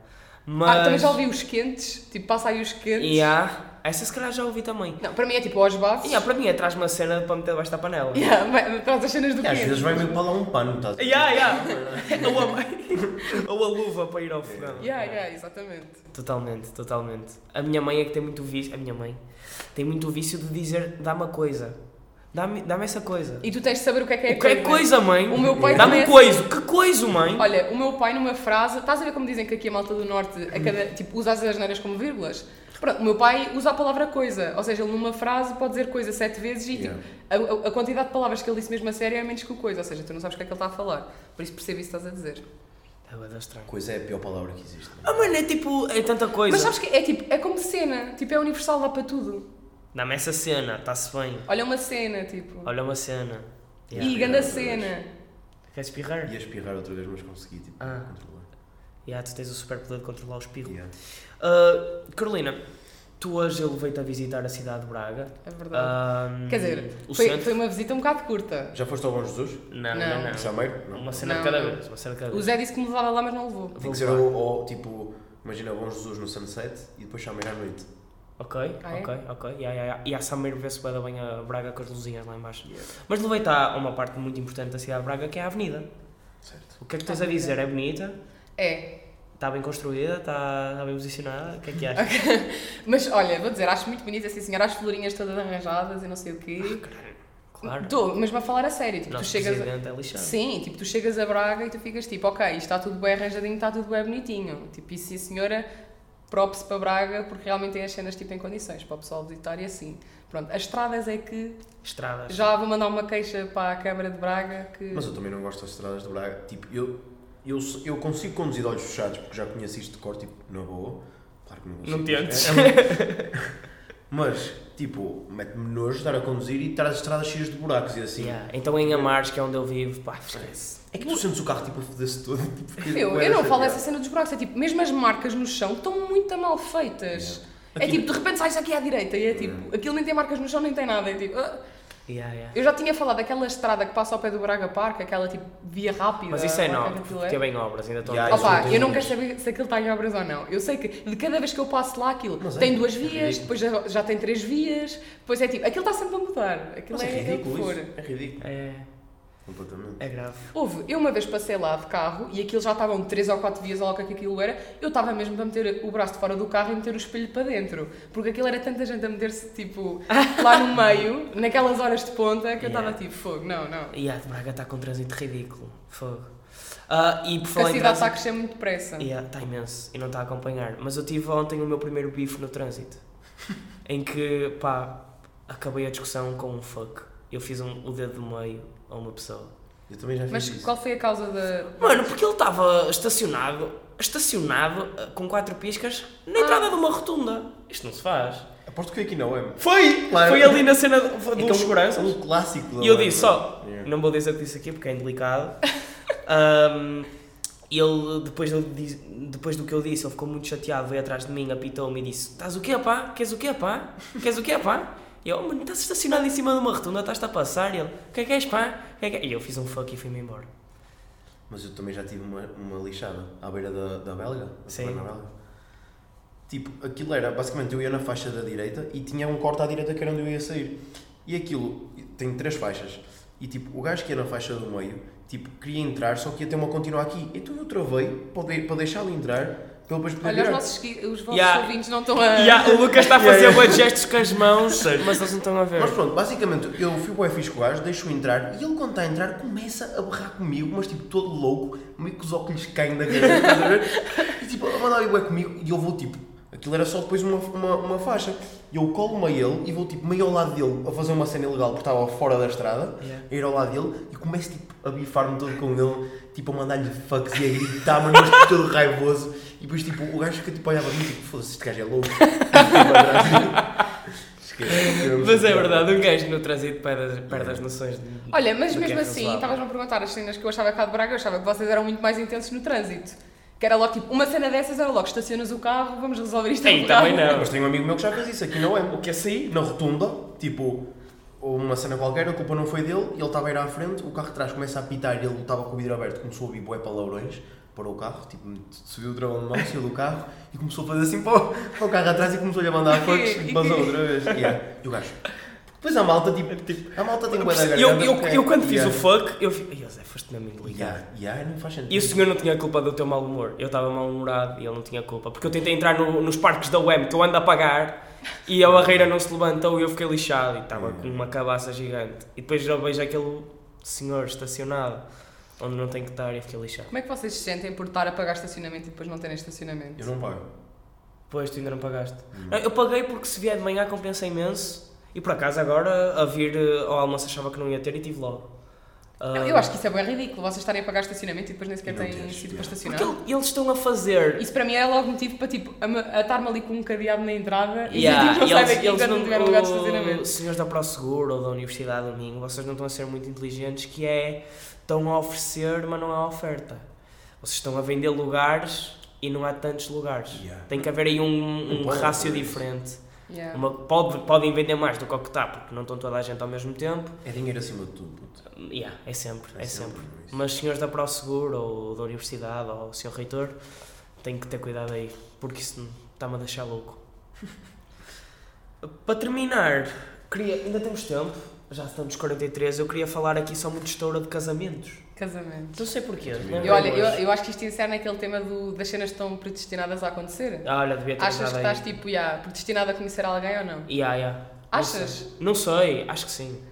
Mas...
Ah, também já ouvi os quentes, tipo passa aí os quentes.
Yeah. Essa se calhar já ouvi também.
Não, para mim é tipo aos bases.
Yeah, para mim, atrás uma cena para meter debaixo da panela.
Yeah, mas traz as cenas do
E às vezes
quente.
vai mesmo para lá um pano, estás a ver?
Yeah, yeah. Ou, a... Ou a luva para ir ao fogão.
Yeah, yeah, exatamente.
Totalmente, totalmente. A minha mãe é que tem muito vício. A minha mãe tem muito vício de dizer dá-me a coisa. Dá-me dá essa coisa.
E tu tens de saber o que é que é
O que é coisa, mãe?
O meu pai
Dá-me
também é
coisa. Que coisa, mãe?
Olha, o meu pai numa frase, estás a ver como dizem que aqui a malta do norte a
Uhum.
cada, tipo, usa as asneiras como vírgulas? Pronto, o meu pai usa a palavra coisa, ou seja, ele numa frase pode dizer coisa sete vezes e tipo,
Yeah.
a, a- a quantidade de palavras que ele disse mesmo a sério é menos que o coisa, ou seja, tu não sabes o que é que ele está a falar, por isso percebi isso que estás a dizer.
É bué da estranho.
Coisa é a pior palavra que existe.
Ah, mano, é tipo, é tanta coisa.
Mas sabes que é tipo, é como cena, tipo, é universal, dá para tudo.
Dá-me essa cena, está-se bem.
Olha uma cena, tipo,
Olha uma cena.
e
Yeah.
Yeah.
ganda cena.
Quer espirrar?
Ia espirrar outra vez, mas consegui, tipo,
Ah.
controlar.
Yeah, tu tens o superpoder de controlar o espirro.
Yeah.
Ah, Carolina, tu hoje eu levei-te a visitar a cidade de Braga.
É verdade.
Ahm,
Quer dizer,
Ah, o
foi,
centro?
foi uma visita um bocado curta.
Já foste ao Bom Jesus?
Não,
Não.
não, não.
Chameiro? Não.
Uma cena de
Não,
cada
não.
vez. Uma cena de cada
O
vez.
Zé disse que me levava lá, mas não levou.
Tem
É. Vou
que ser
levar.
ou, ou, tipo, imagina Bom Jesus no sunset e depois Chameiro à noite.
Ok,
Ah, é?
ok, ok. Yeah, yeah, yeah. E a Summer vê-se bué da bem a Braga com as luzinhas lá em baixo. Mas levei-te a uma parte muito importante da cidade de Braga que é a avenida.
Certo.
O que é que tens a dizer? É bonita?
É,
Está bem construída? Está está bem posicionada? O que é que achas?
mas olha, vou dizer, acho muito bonito, assim, senhora, as florinhas todas arranjadas e não sei o quê.
Ah, Claro.
Tô, mas vai falar a sério, tipo,
Nosso
tu chegas.
presidente é
A...
lixado.
Sim, tipo, tu chegas a Braga e tu ficas tipo, ok, isto está tudo bem arranjadinho, está tudo bem bonitinho. Tipo, e sim senhora, props para Braga, porque realmente tem as cenas tipo em condições para o pessoal visitar e assim. Pronto, as estradas é que
Estradas.
já vou mandar uma queixa para a Câmara de Braga que.
Mas eu também não gosto das estradas de Braga. Tipo, eu, eu, sou- eu consigo conduzir de olhos fechados porque já conheço isto de cor, tipo, na boa. Claro que não consigo.
Não
mas
tentes.
é- Mas, tipo, mete-me nojo estar a conduzir e estar as estradas cheias de buracos e assim.
Yeah, Então em Amares, que é onde eu vivo, pá, esquece.
É que tu sentes o carro, tipo, a foder-se todo. Tipo, porque
Eu,
bué
eu não
da
falo
chateado.
essa cena dos buracos, é tipo, mesmo as marcas no chão estão muito mal feitas. É
Aqui-
tipo, de repente sai aqui à direita e é tipo, aquilo nem tem marcas no chão, nem tem nada. É tipo, ah.
Yeah, yeah.
Eu já tinha falado daquela estrada que passa ao pé do Braga Park, aquela tipo via rápida.
Mas isso é
ou
não,
aquilo
porque é bem obras, ainda estão
Yeah, Ah, isso
Opa,
não
eu
tem
não
limites.
quero saber se aquilo está em obras ou não. Eu sei que de cada vez que eu passo lá aquilo
Mas é,
tem duas
é
vias,
ridículo.
depois já, já tem três vias, depois é tipo, aquilo está sempre a mudar. Aquilo
Mas é
é, é o que
ridículo
for.
isso. É ridículo.
É,
Completamente.
é grave.
Houve, eu uma vez passei lá de carro e aquilo já estavam três ou quatro vias, ou lá o que é que aquilo era, eu estava mesmo para meter o braço de fora do carro e meter o espelho para dentro. Porque aquilo era tanta gente a meter-se tipo lá no meio, naquelas horas de ponta, que eu estava
Yeah. tá
tipo, fogo, não, não.
E a de Braga está com um trânsito ridículo. Fogo. Ah, e por
Porque a
falar em
cidade tá está a
trânsito-
crescer muito depressa.
Yeah, está imenso e não está a acompanhar. Mas eu tive ontem o meu primeiro bife no trânsito. em que, pá, acabei a discussão com um fuck. Eu fiz um- o dedo do meio a uma pessoa.
Eu também já fiz
Mas
isso.
qual foi a causa da.
Mano, porque ele estava estacionado, estacionado, eh, com quatro piscas, na
Ah.
entrada de uma rotunda. Isto não se faz.
Aposto que aqui não é.
Foi!
Claro.
Foi ali na cena do- dos
Então,
seguranças.
Um clássico.
E eu disse só,
Yeah.
não vou dizer o que disse aqui porque é indelicado. Ahm, ele, depois, do- depois do que eu disse, ele ficou muito chateado, veio atrás de mim, apitou-me e disse: Estás o quê, pá? Queres o quê, pá? Queres o quê, pá? E eu, mano, estás estacionado em cima de uma rotunda, estás-te a passar. E ele, o que é que és, pá? O que é que é?" E eu fiz um fuck e fui-me embora.
Mas eu também já tive uma, uma lixada à beira da, da Belga. da
Sim.
Taberna Belga. Tipo, aquilo era, basicamente, eu ia na faixa da direita e tinha um corte à direita que era onde eu ia sair. E aquilo, tem três faixas. E tipo, o gajo que ia na faixa do meio, tipo, queria entrar, só que ia ter uma contínua aqui. Então eu travei para, de- para deixá-lo entrar, para ele depois poder
Olha, os,
virar.
nossos, gui- os vossos
Yeah.
ouvintes não estão a.
E ah, o Lucas está a fazer
Yeah, yeah.
bué de gestos com as mãos, mas eles não estão a ver.
Mas pronto, basicamente eu fui para o fixe com o gajo, deixo-o entrar e ele quando está a entrar começa a berrar comigo, mas tipo todo louco, meio que os óculos caem da cabeça, estás a ver? E tipo, a mandar o é comigo e eu vou tipo, aquilo era só depois uma, uma, uma faixa. E eu colo-me a ele e vou tipo meio ao lado dele a fazer uma cena ilegal porque estava fora da estrada,
Yeah.
a ir ao lado dele e começo tipo a bifar-me todo com ele, tipo a mandar-lhe fucks e a gritar, mas tipo, todo raivoso. E depois tipo o gajo fica tipo a olhar para mim tipo, foda-se, este gajo é louco. Esquece.
Mas é verdade, um gajo no trânsito perde, as- perde as noções. de-
Olha, mas
do que é
mesmo assim,
razoável.
estavas-me a perguntar as cenas que eu achava cá de Braga, eu achava que vocês eram muito mais intensos no trânsito. Que era logo tipo, uma cena dessas era logo, estacionas o carro, vamos resolver isto
Ei,
no
também
carro.
não.
Mas tenho um amigo meu que já fez isso, aqui não é. O que é sair? Na rotunda, tipo, ou uma cena qualquer, a culpa não foi dele, ele estava a ir à frente, o carro de trás começa a apitar e ele estava com o vidro aberto, começou a ouvir bué palavrões, parou o carro, tipo, subiu o dragão de mão, saiu do carro e começou a fazer assim para o, para o carro atrás e começou-lhe a mandar fucks e passou outra vez. Yeah. E o gajo. Depois a malta, tipo, a malta tem bué da garganta.
Eu, eu,
porque- é,
eu quando fiz
yeah.
o fuck, eu fiz. Ai, José, foste mesmo indeligente.
Yeah, yeah, não faz sentido.
E o senhor não tinha culpa do teu mau humor. Eu estava mal humorado e ele não tinha culpa. Porque eu tentei entrar no- nos parques da UEM, tu anda a pagar e a barreira não se levantou e eu fiquei lixado e estava com uma cabaça gigante. E depois eu vejo aquele senhor estacionado onde não tem que estar e fiquei lixado.
Como é que vocês se sentem por estar a pagar estacionamento e depois não terem estacionamento?
Eu não pago.
Pois tu ainda não pagaste. Não, Eu paguei porque se vier de manhã compensa imenso e por acaso agora a vir eh, ao almoço achava que não ia ter e tive logo. Ah,
Não, eu acho que isso é bem ridículo, vocês estarem a pagar estacionamento e depois nem sequer
E não
têm
teres,
sítio para
yeah.
estacionar.
Porque ele- eles estão a fazer
Isso para mim é logo motivo para tipo, a me- a estar-me ali com um cadeado na entrada
Yeah,
e tipo, não sai
eles-
daqui
eles
enquanto não tiver um lugar de estacionamento.
os Senhores da ProSeguro ou da Universidade do Minho, vocês não estão a ser muito inteligentes, que é estão a oferecer, mas não há oferta. Vocês estão a vender lugares e não há tantos lugares.
Yeah.
Tem que haver aí um, um
Não pode
rácio
haver isso.
diferente.
Yeah.
Uma- pode- podem vender mais do que o que está, porque não estão toda a gente ao mesmo tempo.
É dinheiro acima de tudo, puto.
Yeah, é sempre, é, sempre.
isso.
Mas senhores da ProSeguro ou da Universidade ou o Sr. Reitor, têm que ter cuidado aí, porque isso está-me a deixar louco. Para terminar, queria, ainda temos tempo, já estamos 43, eu queria falar aqui só muito estoura de casamentos.
Casamento.
Não sei porquê.
Termina.
lembrei-me
Eu, olha,
hoje.
eu, eu acho que isto encerra naquele tema do, das cenas que estão predestinadas a acontecer.
Ah, olha, devia ter
Achas que
dado aí.
estás tipo, yeah, predestinado a conhecer alguém ou não?
Yeah, yeah. Não
Achas?
sei. Não sei, acho que sim.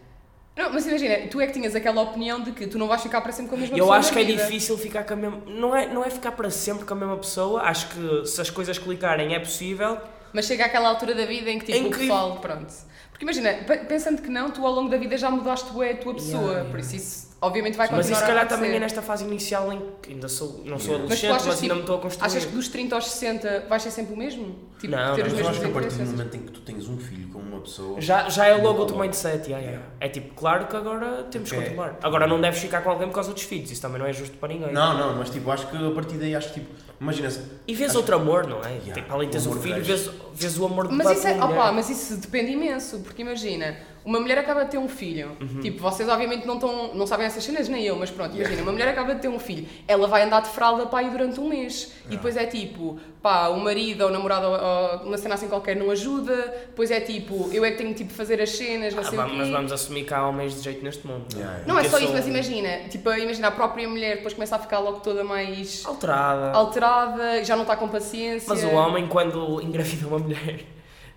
Não, mas imagina, tu é que tinhas aquela opinião de que tu não vais ficar para sempre com a mesma
Eu
pessoa.
acho
na
que é
vida.
difícil ficar com a mesma. Não é, não é ficar para sempre com a mesma pessoa, acho que se as coisas clicarem é possível.
Mas chega àquela altura da vida em que tipo,
Em que-
o pessoal, pronto. Porque imagina, pe- pensando que não, tu ao longo da vida já mudaste bué a tua pessoa,
Yeah,
por isso isso obviamente vai
Mas
continuar
isso, se
a
calhar,
acontecer.
também é nesta fase inicial em que ainda sou, não sou
Yeah.
Mas tu
adolescente, mas,
achas,
ainda
tipo,
me estou a construir.
Achas que dos 30 aos 60 vais ser sempre o mesmo? Tipo,
Não, não,
ter
Mas
os
eu
mesmos
acho que a partir do
interesses?
momento em que tu tens um filho com uma pessoa.
assim- Já, já é logo
Não,
outro
não.
mindset, yeah, yeah. é tipo, claro que agora temos que
Ok.
controlar. Agora não deves ficar com alguém por causa dos filhos, isso também não é justo para ninguém.
Não, não, mas tipo, acho que a partir daí, acho que tipo, imagina-se.
E vês
acho-
outro amor, não é?
Yeah,
Tipo, além de teres
o
o
amor
filho,
vejo.
vês, vês o amor de
Mas
pai
isso,
para
é,
a mulher.
opa, mas isso depende imenso, porque imagina, uma mulher acaba de ter um filho.
Uhum.
Tipo, vocês obviamente não, tão, não sabem essas cenas, nem eu, mas pronto, imagina, uma mulher acaba de ter um filho, ela vai andar de fralda para aí durante um mês. E depois é tipo, pá, o marido ou o namorado, ou- ou uma cena assim qualquer, não ajuda. Depois é tipo, eu é que tenho tipo, de fazer as cenas, não
Ah,
sei
vá,
o quê.
mas vamos um- assumir que há homens de jeito neste mundo.
Yeah, yeah.
Não é
Eu
só
sou-
isso, mas imagina, tipo, imagina a própria mulher depois começa a ficar logo toda mais
Alterada.
alterada, já não está com paciência.
Mas o homem, quando engravida uma mulher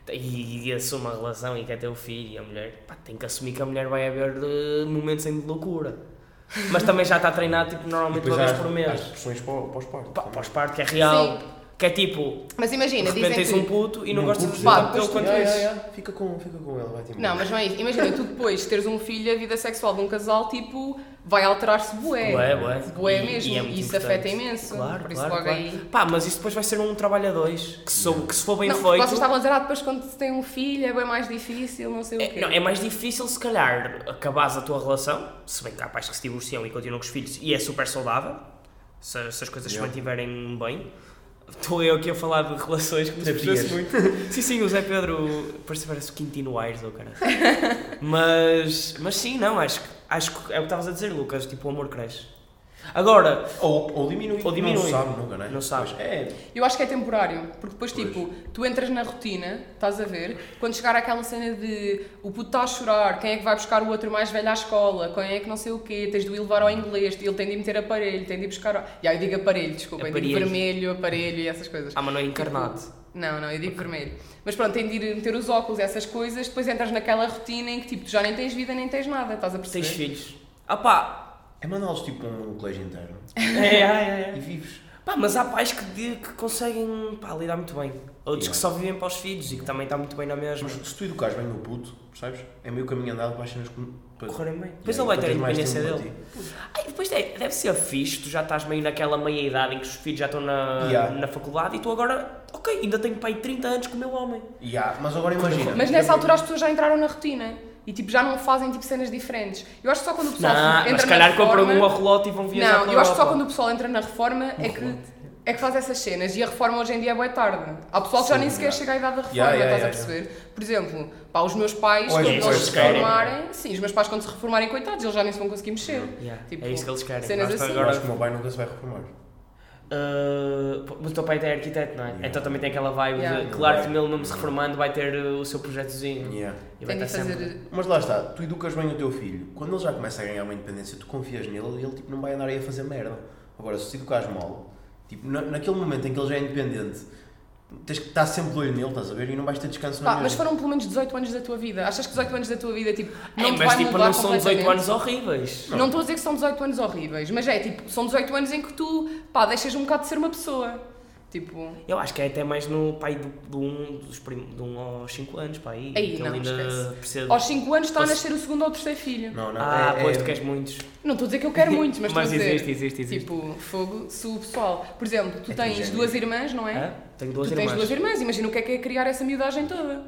e, e assume a relação e quer ter o filho e a mulher, pá, tem que assumir que a mulher vai haver eh, momentos em de loucura. Mas também já está treinado, tipo, normalmente uma
Depois
vez
há as-
por
há As
mês.
pressões para, o- para o esporte.
Pá, Pós-parte que é real.
Sim.
Que é tipo,
Mas imagina,
de repente tens
dizem
um
que...
puto e não
Não
gostas de
curtes
lutar
nada.
pelo quanto
Ya,
isso.
ya, ya. é Fica com, fica com ele, vai-te embora.
Não, mas não é isso. Imagina, tu depois de teres um filho, a vida sexual de um casal, tipo, vai alterar-se bué.
Bué, bué.
Bué
E-
mesmo.
e
E,
é muito
isso
importante.
afeta imenso.
Claro,
Por isso
claro,
logo
claro. Um
aí...
Pá, mas isso depois vai ser um trabalho a dois, que, sou, que se for bem
não, porque
feito...
vocês estavam a dizer, ah, depois quando se tem um filho é bem mais difícil, não sei o quê.
É, não, é mais difícil, se calhar, acabares a tua relação, se bem que há pais que se divorciam e continuam com os filhos, e é super saudável, se, se as coisas
Yeah.
se mantiverem bem. Estou eu aqui a falar de relações que me
Terapias.
esforço muito. sim, sim, o Zé Pedro parece, parece o Quintino Aires, ou cara. Mas, mas sim, não, acho, que- acho que é o que estavas a dizer, Lucas, tipo, o amor cresce. Agora,
Ou, ou diminui.
Ou diminui.
Não se sabe nunca, não é?
Não sabe.
Pois, É,
Eu acho que é temporário, porque depois, tipo, tu entras na rotina, estás a ver, quando chegar àquela cena de o puto está a chorar, quem é que vai buscar o outro mais velho à escola, quem é que não sei o quê, tens de o elevar
Hum.
ao inglês, ele tem de ir meter aparelho, tem de ir buscar. ao- E aí eu digo aparelho, desculpa, eu digo
Aparelho.
vermelho, aparelho e essas coisas.
ah, mas não é encarnado.
Não, não, eu digo vermelho. Mas pronto, tem de ir meter os óculos, essas coisas, depois entras naquela rotina em que, tipo, tu já nem tens vida, nem tens nada, estás a perceber?
Tens filhos. Ah pá,
é mandá-los tipo um colégio interno.
é, é, é, é.
E vives.
Pá, mas há pais que, de- que conseguem pá, lidar muito bem. Outros
Yeah.
que só vivem para os filhos e que também está muito bem na mesma.
Mas se tu educares bem o puto, percebes? É meio caminho andado para as cenas que- para-
Correrem bem. Depois
Yeah,
ele vai
para
ter a
teres mais
independência
tempo
dele.
para ti.
Ai, depois é- deve ser fixe, tu já estás meio naquela meia idade em que os filhos já estão na,
Yeah.
na faculdade e tu agora, ok, ainda tenho pai 30 anos com o meu homem.
Yeah, mas agora imagina.
Mas nessa altura as pessoas já entraram na rotina e tipo já não fazem tipo cenas diferentes. Eu acho que só quando o pessoal tipo,
Não,
entra
mas se calhar
na
compram
reforma,
um arrelote e vão viajar
Não,
para
eu acho que só
Europa.
quando o pessoal entra na reforma é que é que faz essas cenas e a reforma hoje em dia é boa tarde. Há pessoal que já
Sim,
nem sequer
yeah.
chega à idade da reforma,
Yeah, yeah,
estás a
yeah,
perceber? Por exemplo, pá, os meus pais
Hoje
quando
é
eles
isso
se
que eles querem,
reformarem, sim, os meus pais quando se reformarem, coitados, eles já nem se vão conseguir mexer.
Yeah,
Tipo,
é isso que eles querem.
cenas
Nós
assim.
Eu
agora-
acho que o meu pai nunca se vai reformar.
Uh, pô, mas o teu pai é arquiteto, não é?
Yeah.
Então também tem aquela vibe
Yeah.
de, claro que ele mesmo se reformando vai ter uh, o seu projetozinho.
Yeah.
E vai
Tem de
estar
fazer.
sempre-
Mas lá está, tu educas bem o teu filho. Quando ele já começa a ganhar uma independência, tu confias nele e ele tipo, não vai andar aí a fazer merda. Agora, se tu educares mal, tipo, na, naquele momento em que ele já é independente, tens que estar sempre de olho nele, estás a ver? E não vais ter descanso
Pá,
na
mas
mesma.
foram pelo menos 18 anos da tua vida. Achas que 18 anos da tua vida tipo não
Ei,
te
mas
vai
tipo,
mudar
não são 18 anos
completamente?
horríveis.
Não estou a dizer que são 18 anos horríveis, mas é tipo, são 18 anos em que tu, pá, deixas um bocado de ser uma pessoa. Tipo,
Eu acho que é até mais no pai do, do um, dos prim, de um aos 5 anos, pá, aí.
Aí,
que
não,
ele ainda
esquece.
precisa.
aos 5 anos está a
Posso-
nascer o segundo ou o terceiro filho.
Não, não,
Ah,
é,
pois
é-
tu queres muitos.
Não estou a dizer que eu quero muitos, mas,
Mas
estou a dizer,
existe, existe, existe.
tipo, fogo, se o pessoal... Por exemplo, tu
É
tens
transgénero.
duas irmãs, não é?
Hã? Tenho duas
tu
irmãs.
tens duas irmãs, imagina o que é que é criar essa miudagem toda.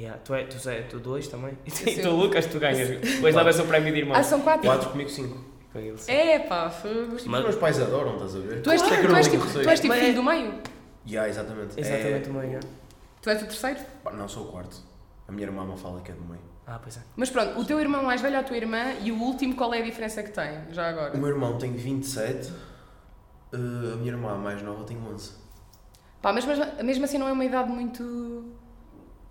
Yeah, tu, é, tu, Zé, tu dois também?
sei.
E tu, Lucas, tu ganhas. Depois levas o prémio de irmão.
Ah, são quatro?
Quatro comigo cinco.
Com ele, sim.
É, pá, fogo.
Mas, tipo,
Mas-
os meus pais adoram, estás a ver?
Tu és,
Claro,
tipo,
eu
tu és,
não
tipo,
sei.
tu és tipo
Mas é-
filho do meio?
Yeah, exatamente.
Exatamente
É-
o meio.
Tu és o terceiro?
Pá, não sou o quarto. A minha irmã me fala que é do meio.
Ah, pois é.
Mas pronto, o teu irmão mais velho ou a tua irmã e o último, qual é a diferença que tem, já agora?
O meu irmão tem 27, eh, a minha irmã mais nova tem 11.
Pá, mas mesmo, mesmo assim não é uma idade muito...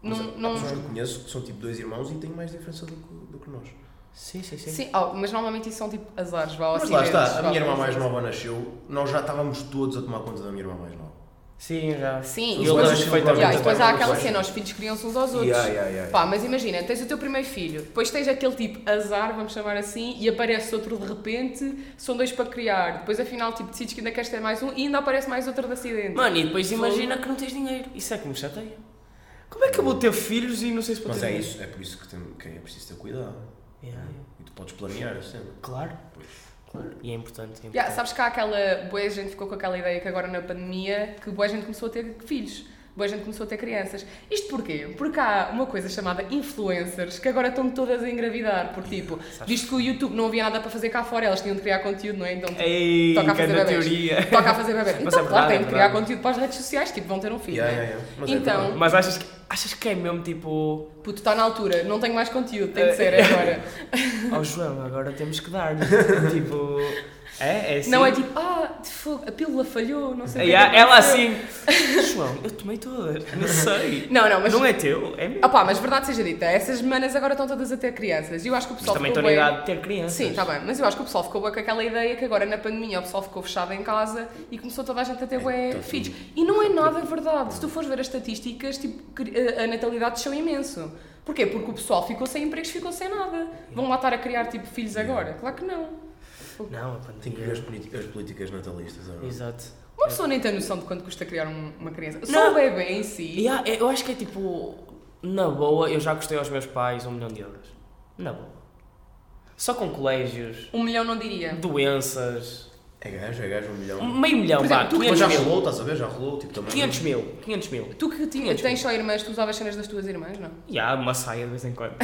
Não,
Mas é, há- há
não...
pessoas que eu conheço que são tipo dois irmãos e têm mais diferença do que, do que nós.
Sim, sim, sim.
Sim, oh, mas normalmente isso são tipo azares, vá, ou
Mas lá
acidentes,
está, a
vá,
minha irmã mais
coisas.
nova nasceu, nós já estávamos todos a tomar conta da minha irmã mais nova.
Sim, já.
Sim,
Eu
Os
e depois,
dois
lembro
são
perfeitamente.
Ya, e
provavelmente
depois há
agora
aquela
mais
cena,
velhos.
os filhos criam-se uns aos outros.
Yeah, yeah, yeah,
Pá, mas imagina, tens o teu primeiro filho, depois tens aquele tipo azar, vamos chamar assim, e aparece outro de repente, são dois para criar, depois afinal tipo, decides que ainda queres ter mais um e ainda aparece mais outro de acidente.
Mano, e depois imagina que não tens dinheiro. Isso é que me chateia. Como é que eu vou ter filhos e não sei se vou
Mas
ter
é
dinheiro?
isso, é por isso que, tem, que é preciso ter cuidado.
Yeah.
E tu podes planear a cena.
Claro. Claro. E é importante. É importante.
Ya, sabes que há aquela, boa gente ficou com aquela ideia que agora na pandemia, que boa gente começou a ter filhos. Boa gente começou a ter crianças. Isto porquê? Porque há uma coisa chamada influencers que agora estão todas a engravidar. Porque, tipo, visto que o YouTube não havia nada para fazer cá fora, elas tinham de criar conteúdo, não é? Então, tipo,
Ei,
Toca a
que é
fazer
na
bebés.
teoria.
Toca a fazer bebê.
Mas
Então,
é
claro,
verdade,
têm
é
de criar
verdade.
conteúdo para as redes sociais, tipo, vão ter um filho.
Yeah,
né?
yeah, yeah. Mas é
então,
verdade.
Mas achas que, achas que é mesmo tipo.
puto, está na altura, não tenho mais conteúdo, tem de ser é agora.
Oh João, agora temos que dar. tipo. É? É assim.
Não é tipo, ah, de fogo, a pílula falhou, não sei o que é
Yeah,
que
ela
aconteceu.
assim. João, eu tomei todas. Não sei.
Não, não, mas.
Não é teu? É meu.
Ah pá, mas verdade seja dita, essas manas agora estão todas a ter crianças. E eu acho que o
Mas
pessoal
também
ficou
estou na
bué-
idade de ter crianças.
Sim, tá está bem, mas eu acho que o pessoal ficou bué com aquela ideia que agora na pandemia o pessoal ficou fechado em casa e começou toda a gente a ter bué
todo
filhos. E não é nada verdade. Se tu fores ver as estatísticas, tipo, cri- a a natalidade desceu imenso. Porquê? Porque o pessoal ficou sem empregos, ficou sem nada. Vão lá estar a criar tipo filhos agora? Claro que não. fogo.
Não, a
Tem que
pandemia.
ver as, politi- as políticas natalistas agora.
Exato.
Uma pessoa nem tem noção de quanto custa criar um- uma criança. Só
Não.
o bebê em si.
Yeah, eu acho que é tipo, na boa, eu já custei aos meus pais um milhão de euros. Na boa. Só com colégios,
Um milhão não diria.
doenças,
É gajo, é gajo, um milhão.
meio milhão,
Por
vá,
exemplo, tu-
Mas já
500 mil.
rolou, estás a ver? Já rolou. Tipo, também.
500 mil, 500 mil.
Tu que tinha,
500
tens só irmãs, tu usavas cenas das tuas irmãs, não?
E há uma saia de vez em quando.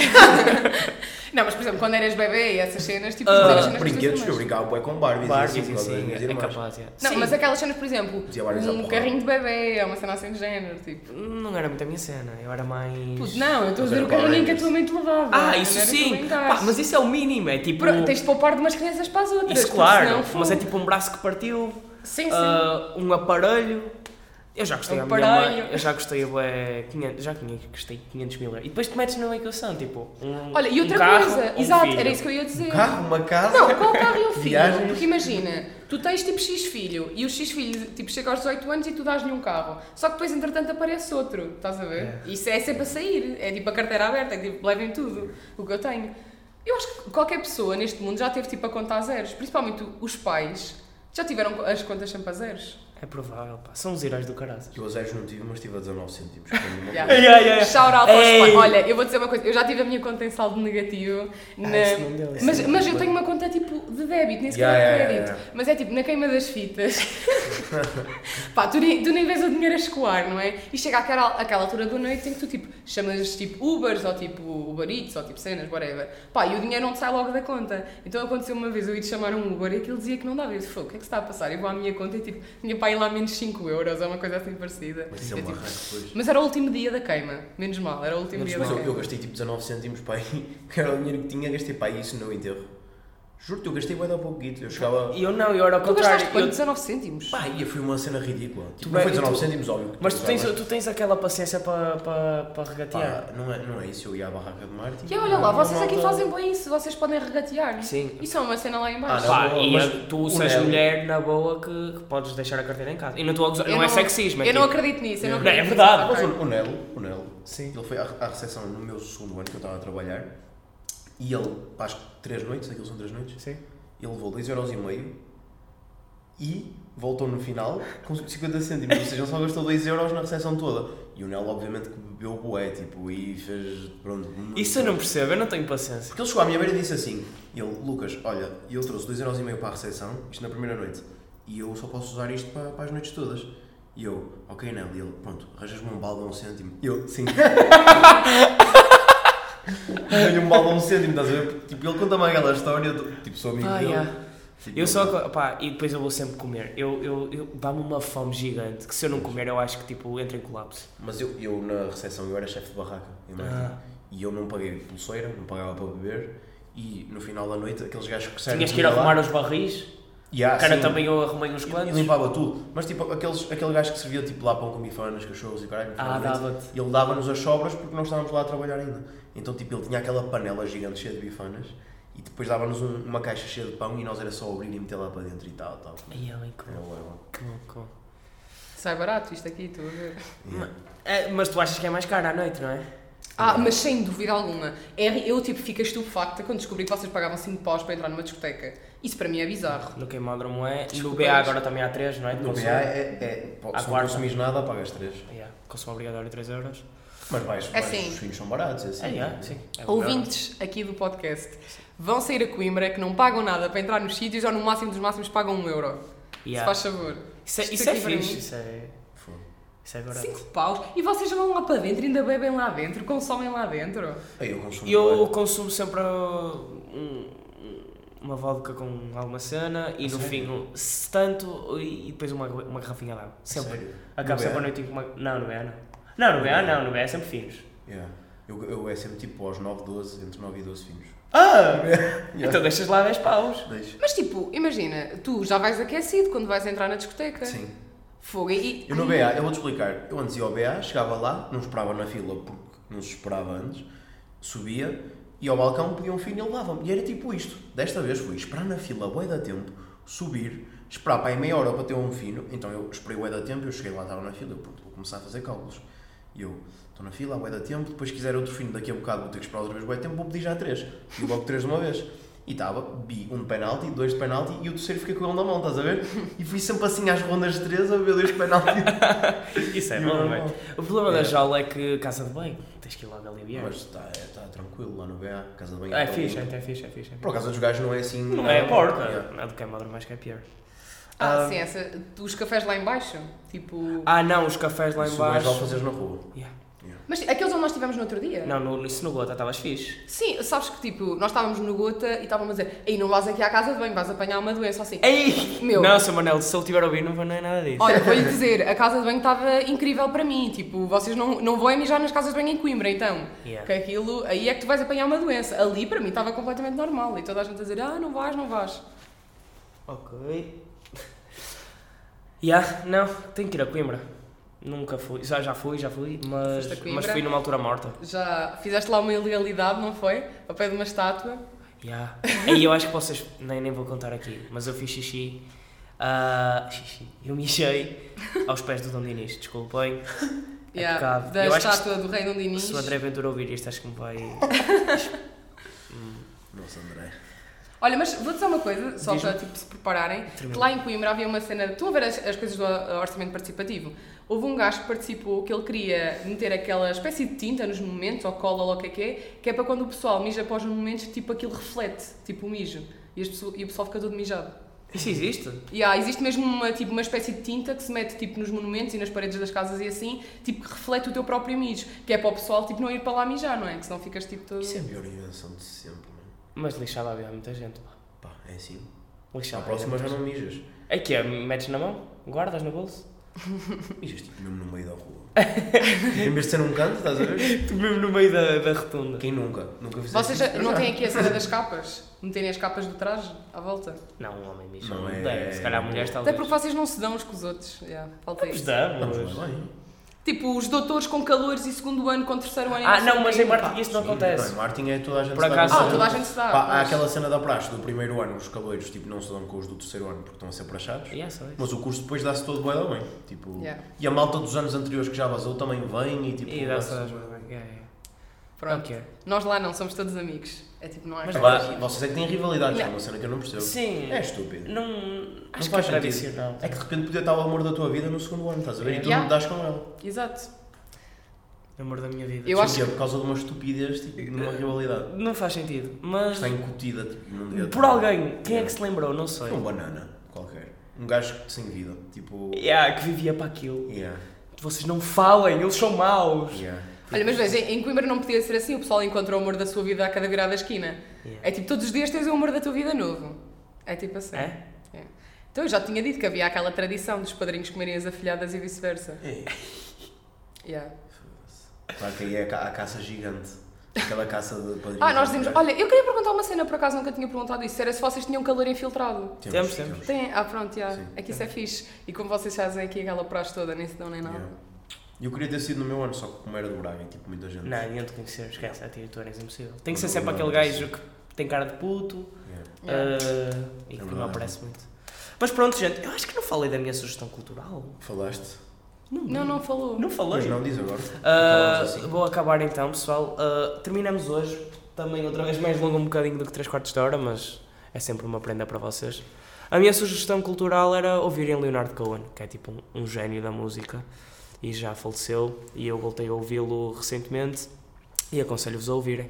Não, mas por exemplo, quando eras bebê e essas cenas, tipo,
Ah,
usavas cenas
Brinquedos,
das
eu
tuas irmãs.
brincava bué com Barbies.
Barbies,
e
assim,
assim,
sim,
com as minhas
é
irmãs.
capaz, yeah.
Não,
Sim.
mas aquelas cenas, por exemplo,
Dizia vários à
um
porrada.
carrinho de bebê, é uma cena assim de género, tipo.
Não era muito a minha cena, eu era mais...
Puto, não, eu estou
Mas
a dizer
era
o carrinho
Power
que a tua mãe te levava.
Ah,
não
isso
era tu
sim!
brincares.
Pá, mas isso é o mínimo, é tipo...
Pro- Tens de poupar de umas crianças para as outras.
Isso
porque
claro,
senão, fogo.
mas é tipo um braço que partiu,
É Sim, sim.
ah, um aparelho. Eu já gostei
Um
a minha mãe,
aparelho.
eu já gostei bué, 500, já tinha- gostei 500 mil euros. E depois te metes na equação, tipo, um,
Olha, e outra
um carro,
coisa,
um
exato,
filho.
era isso que eu ia dizer.
Um carro, uma casa.
Não, qual carro é o filho?
Viagens.
Porque imagina, tu tens tipo X filho e o X filho tipo, chega aos 18 anos e tu dás-lhe um carro. Só que depois, entretanto, aparece outro, estás a ver? Isso é sempre a sair, é tipo a carteira aberta, é tipo, levem tudo o que eu tenho. Eu acho que qualquer pessoa neste mundo já teve tipo a conta a zeros, principalmente os pais já tiveram as contas sempre a zeros.
É provável, pá, são os heróis do caraças.
Eu a zeros não tive, mas tive a 19 cêntimos. que é uma
Yeah.
coisa.
Yeah, yeah.
Shout out aos
Ei.
pais. Olha, eu vou dizer uma coisa, eu já tive a minha conta em saldo negativo.
Ah,
na-
isso não deu, isso
mas,
não
mas
deu.
eu tenho uma conta tipo de débito, nem sequer
Yeah,
é
yeah,
crédito.
yeah, yeah.
Mas é tipo na queima das fitas. Pá, tu nem, tu nem vês o dinheiro a escoar, não é? E chega àquela, àquela altura da noite em que tu tipo chamas tipo Ubers ou tipo Uber Eats ou tipo cenas, whatever. Pá, e o dinheiro não te sai logo da conta. Então aconteceu uma vez eu ia chamar um Uber e aquilo dizia que não dava. Eu disse, "Fogo, o que é que se está a passar? Eu vou à minha conta e tipo, tinha para ir lá menos 5 euros ou uma coisa assim parecida.
Mas isso é
Eu,
um
tipo,
arranque depois.
mas era o último dia da queima, menos mal, era o último
Menos
dia
Mas
da
eu, eu
queima.
gastei tipo 19 cêntimos para aí, que era o dinheiro que tinha, gastei para aí isso no enterro. Juro-te, eu gastei bué da pouco guito. Eu chegava.
E eu não, eu era ao
Tu
contrário.
gastaste
eu-
quanto? 19 cêntimos?
Pá, e foi uma cena ridícula.
Tu
Tipo, não foi
bem,
19
tu-
cêntimos, óbvio. que
mas tu tens,
usavas.
tu tens aquela paciência para pa, pa
Pá,
regatear.
não é, não é isso, eu ia à barraca de Martin.
E olha lá,
Uma
vocês
é
aqui
malta-
fazem bem isso, vocês podem regatear.
Sim.
Isso é uma cena lá em baixo.
Ah,
Pá,
na boa,
e
mas
a- tu
o
seres
Nel-
mulher na boa que, que podes deixar a carteira em casa. E não, estou a gozar-
Eu
não é sexismo, é
Eu não
tipo-
acredito nisso, eu não
Não, é
acredito nisso.
verdade.
Ah, Mas
Ok.
o- o Nelo, o Nelo,
Sim.
ele foi à, à recepção no meu segundo ano que eu estava a trabalhar e ele, pá, acho que 3 noites, aquilo são 3 noites,
Sim.
ele levou 2,5€ e voltou no final com 50 cêntimos, ou seja, ele só gastou 2€ euros na recepção toda. E o Nelo, obviamente, que bebeu bué, tipo, e fez, pronto... muito-
Isso eu não percebo, eu não tenho paciência.
Porque ele chegou à minha beira e disse assim, ele, Lucas, olha, eu trouxe 2,5€ para a recepção, isto na primeira noite, e eu só posso usar isto para, para as noites todas. E eu, ok, Nelo, e ele, pronto, arranjas-me um balde a um cêntimo. E eu, sim. Arranjo um balde a um cêntimo, estás a ver? Tipo, ele conta-me aquela história, eu tô- tipo, sou amigo
Ah,
dele.
yeah.
Tipo,
Eu só. aco- Pá, e depois eu vou sempre comer. Eu, eu, eu- Dá-me uma fome gigante que se eu não comer eu acho que tipo entro em colapso.
Mas eu, eu na recepção, eu era chefe de barraca, em Martim.
Ah.
E eu não paguei pulseira, não pagava para beber, e no final da noite, aqueles gajos que servem...
Tinhas que ir arrumar os barris.
Yeah,
Cara,
sim.
também eu arrumei uns
E
quantos.
limpava tudo. Mas tipo, aqueles, aquele gajo que servia tipo lá pão com bifanas, cachorros e caralho,
Ah,
finalmente,
dava-te.
ele dava-nos as sobras porque nós estávamos lá a trabalhar ainda. Então tipo, ele tinha aquela panela gigante cheia de bifanas e depois dava-nos um- uma caixa cheia de pão e nós era só abrir e meter lá para dentro e tal, tal.
Ai, ai,
Era
que
bué bom.
que louco.
Sai barato isto aqui, estou a ver.
Yeah.
É, mas tu achas que é mais caro à noite, não é?
Ah, mas sem dúvida alguma. É- eu tipo fico estupefacta quando descobri que vocês pagavam 5 paus para entrar numa discoteca. Isso para mim é bizarro.
No queimódromo é. No
Desculpa,
BA
mas-
agora também há 3, não é? De
No BA
consumo.
é, é, pô,
À
se não
quarta.
consumires nada, pagas 3.
Yeah, Consumo obrigatório 3 euros.
Mas vais, vais
assim.
os filhos são baratos, é assim.
É, yeah, sim. É um euro.
Ouvintes aqui do podcast vão sair a Coimbra que não pagam nada para entrar nos sítios ou no máximo dos máximos pagam 1 euro.
Yeah.
Se faz favor.
Isso é,
Isto
isso é
aqui para
fixe.
mim-
Isso é,
Fogo.
isso é barato.
5 paus e vocês vão lá para dentro, ainda bebem lá dentro, consomem lá dentro.
Aí eu consumo
Eu
bué.
consumo sempre uh, um- uma vodka com alguma cena e
A
no
sério?
fim, um- se tanto, e depois uma, uma garrafinha d'água. Sempre.
Sério?
Acabo
No
sempre a
BA?
noite com uma. Não, no BA não. Não, no BA não, no BA é sempre finos.
Yeah. Eu, eu é sempre tipo aos 9, 12, entre 9 e 12 filhos.
Ah! Então
Yeah.
deixas lá 10 paus.
Deixa.
Mas tipo, imagina, tu já vais aquecido quando vais entrar na discoteca.
Sim.
Fogo e.
Eu no BA, eu vou-te explicar. Eu antes ia ao BA, chegava lá, não esperava na fila porque não se esperava antes, subia, ia ao balcão, pedia um fino e ele dava-me. E era tipo isto. Desta vez fui esperar na fila bué da tempo, subir, esperar para aí meia hora para ter um fino. Então eu esperei bué da tempo, eu cheguei lá, estava na fila, eu pronto, vou começar a fazer cálculos. E eu, estou na um fila, há bué da tempo, depois se quiser outro fino daqui a bocado vou ter que esperar outra vez bué da tempo, vou pedir já três. E logo três de uma vez. E estava, vi um de penalti, dois de penalti e o terceiro fiquei com ele na mão, estás a ver? E fui sempre assim às rondas de três a ver dois de penalti. Tipo,
Isso é
E o
bom,
normal.
velho. O problema da
É.
jaula é que caça de bem. Tens que ir logo aliviar.
Mas está tá tranquilo lá no BA, casa de banho.
Ah, é
tá
fixe, é
lindo.
até fixe, é fixe. é
Por
fixe.
acaso dos gajos não é assim.
Não é porca.
Yeah.
Nada que é madre mais que é pior.
Ah,
Ah.
sim, essa, os cafés lá embaixo, tipo...
Ah, não, os cafés lá
Se o gajo lá o
embaixo.
fazeres na rua.
Yeah.
Mas tipo, aqueles onde nós estivemos no outro dia?
Não, no, isso no Gota estavas fixe.
Sim, sabes que tipo, nós estávamos no Gota e estávamos a dizer Ei, não vás aqui à casa de banho, vais apanhar uma doença assim
É. Ei!
Meu.
Não, seu Manel, se ele tiver a ouvir, não vai- não é nada disso.
Olha, vou-lhe dizer, a casa de banho estava incrível para mim Tipo, vocês não, não vão é mijar nas casas de banho em Coimbra, então
Yeah.
Que aquilo, aí é que tu vais apanhar uma doença Ali para mim estava completamente normal E toda a gente a dizer, ah, não vais, não vais
Ok. Yeah, não, tenho que ir a Coimbra. Nunca fui, já, já fui, já fui, mas,
Foste a Coimbra?
mas fui numa altura morta.
Já fizeste lá uma ilegalidade, não foi? Ao pé de uma estátua
Yeah. Aí eu acho que vocês, nem, nem vou contar aqui, mas eu fiz xixi. ah, xixi. Eu mijei aos pés do Dom Dinis, desculpem. É
Yeah,
pecado.
Da
eu acho
estátua do rei Dom
que
Dinis
se o André Ventura ouvir isto, acho que me vai.
Nossa, André.
Olha, mas vou dizer uma coisa, só
Diz-me.
para tipo, se prepararem,
Tremendo.
que lá em Coimbra havia uma cena. Estão a ver as, as coisas do ah, orçamento participativo? Houve um gajo que participou que ele queria meter aquela espécie de tinta nos monumentos, ou cola, ou lá o que é que é, que é para quando o pessoal mija após os monumentos, tipo aquilo reflete, tipo o mijo. E, as pessoas- e o pessoal fica todo mijado.
Isso existe?
E há, existe mesmo uma, tipo, uma espécie de tinta que se mete tipo, nos monumentos e nas paredes das casas e assim, tipo, que reflete o teu próprio mijo. Que é para o pessoal tipo, não ir para lá mijar, não é? Que senão ficas tipo todo.
Isso é a pior invenção de sempre, mano.
Mas lixava havia muita gente, pá.
Pá, é assim. À
Lixava.
próxima já não mijas.
É que é, metes na mão, guardas no bolso.
Mijas tipo mesmo no meio da rua. em vez de ser num canto, estás a ver?
Tu mesmo no meio da, da rotunda.
Quem nunca? Nunca fizeste
Vocês já-
isso? Eu
não
já.
têm aqui a cena das capas? Meterem as capas do traje à volta?
Não, um homem mija.
Não
Não
é-
é. Se calhar mulheres
Até
talvez.
porque vocês não se dão uns com os outros. Yeah, falta
Nos
isso.
Vamos
damos.
lá bem.
Tipo, os doutores com calores e segundo ano contra terceiro ano. e
Ah,
sei
não,
o
mas
quê.
em Martin isso não
Sim,
acontece.
bem, Martin é toda a gente
Por
se dá
acaso-
com
Ah,
os
toda a
outros.
gente se dá.
Pá, há
mas-
aquela cena da praxe do primeiro ano, os caloiros tipo, não se dão com os do terceiro ano porque estão a ser praxados.
Yeah, é só isso.
Mas o curso depois dá-se todo bué da bem. Tipo,
Yeah.
E a malta dos anos anteriores que já vazou também vem e tipo.
E dá-se
dá-se-
as mãos. É, é.
Pronto.
Ok.
Nós lá não, somos todos amigos. É tipo, não há.
Mas
Vá,
aquela-
Vocês é que têm rivalidades, é
Não.
uma cena que eu não percebo.
Sim.
É estúpido.
Não. Acho que é
faz sentido.
tradicional.
É que de repente podia estar o amor da tua vida no segundo ano, estás a ver? E tu
Yeah.
não te das com ela.
Exato.
Amor da minha vida.
Eu
Sim,
acho
que é por causa de uma estupidez, tipo, numa rivalidade.
Não faz sentido. Mas.
Está incutida, tipo, num dia.
Por alguém. Quem é que se lembrou? Não sei.
Foi um banana qualquer. Um gajo que- sem vida. Tipo.
Yeah, que vivia para aquilo.
Yeah.
Vocês não falem, eles são maus.
Yeah.
Olha, mas veja, em Coimbra não podia ser assim. O pessoal encontra o amor da sua vida a cada virada da esquina.
Yeah.
É tipo, todos os dias tens o amor da tua vida novo. É tipo assim.
É?
É. Então eu já tinha dito que havia aquela tradição dos padrinhos comerem as afilhadas e vice-versa.
É.
Yeah.
Claro que aí é a, ca- a caça gigante. Aquela caça de padrinhos.
Ah, nós dizemos. Olha, eu queria perguntar uma cena, por acaso nunca tinha perguntado isso. Era se vocês tinham calor infiltrado.
Temos, temos.
Tem, ah, pronto, já.
Sim.
É que isso é fixe. E como vocês fazem aqui aquela praxe toda, nem se dão nem nada.
Yeah. Eu queria ter sido no meu ano, só que como era do Braga, tipo, muita gente.
Não, ninguém te conhecer, esquece, a ti tu eras impossível. Tem que ser
Não,
sempre
não,
aquele
não.
gajo que tem cara de puto
Yeah.
Yeah.
ah, e
É
que não
verdade.
aparece muito. Mas pronto, gente, eu acho que não falei da minha sugestão cultural.
Falaste?
Não, não falou.
Não falei.
Mas não diz agora.
Ah,
Falamos assim.
vou acabar então, pessoal. Ah, terminamos hoje. Também outra vez mais longo um bocadinho do que 3 quartos de hora, mas é sempre uma prenda para vocês. A minha sugestão cultural era ouvirem Leonard Cohen, que é tipo um, um gênio da música e já faleceu. E eu voltei a ouvi-lo recentemente e aconselho-vos a ouvirem.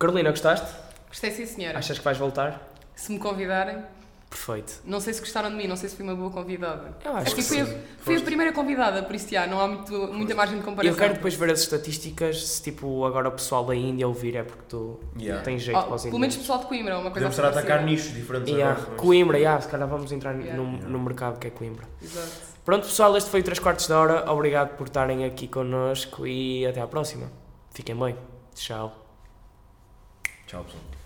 Carolina, gostaste?
Gostei sim, senhora.
Achas que vais voltar?
Se me convidarem,
Perfeito.
não sei se gostaram de mim, não sei se fui uma boa convidada.
Eu acho
Acho que
é que
fui, a-
sim.
fui a primeira convidada, por isso já, não há muito, muita margem de
Eu
comparação.
quero depois ver as estatísticas, se tipo agora o pessoal da Índia ouvir é porque tu
Yeah.
tens jeito
Oh,
para os
pelo menos
indianos.
pessoal de Coimbra, uma coisa
Podemos
assim.
estar a
parecida.
atacar nichos diferentes
Yeah,
agora. também.
Coimbra, yeah, se calhar vamos entrar
Yeah.
num,
Yeah.
num mercado que é Coimbra.
Exato.
Pronto, pessoal, este foi o 3 quartos da hora. Obrigado por estarem aqui connosco e até à próxima. Fiquem bem. Tchau.
Tchau, pessoal.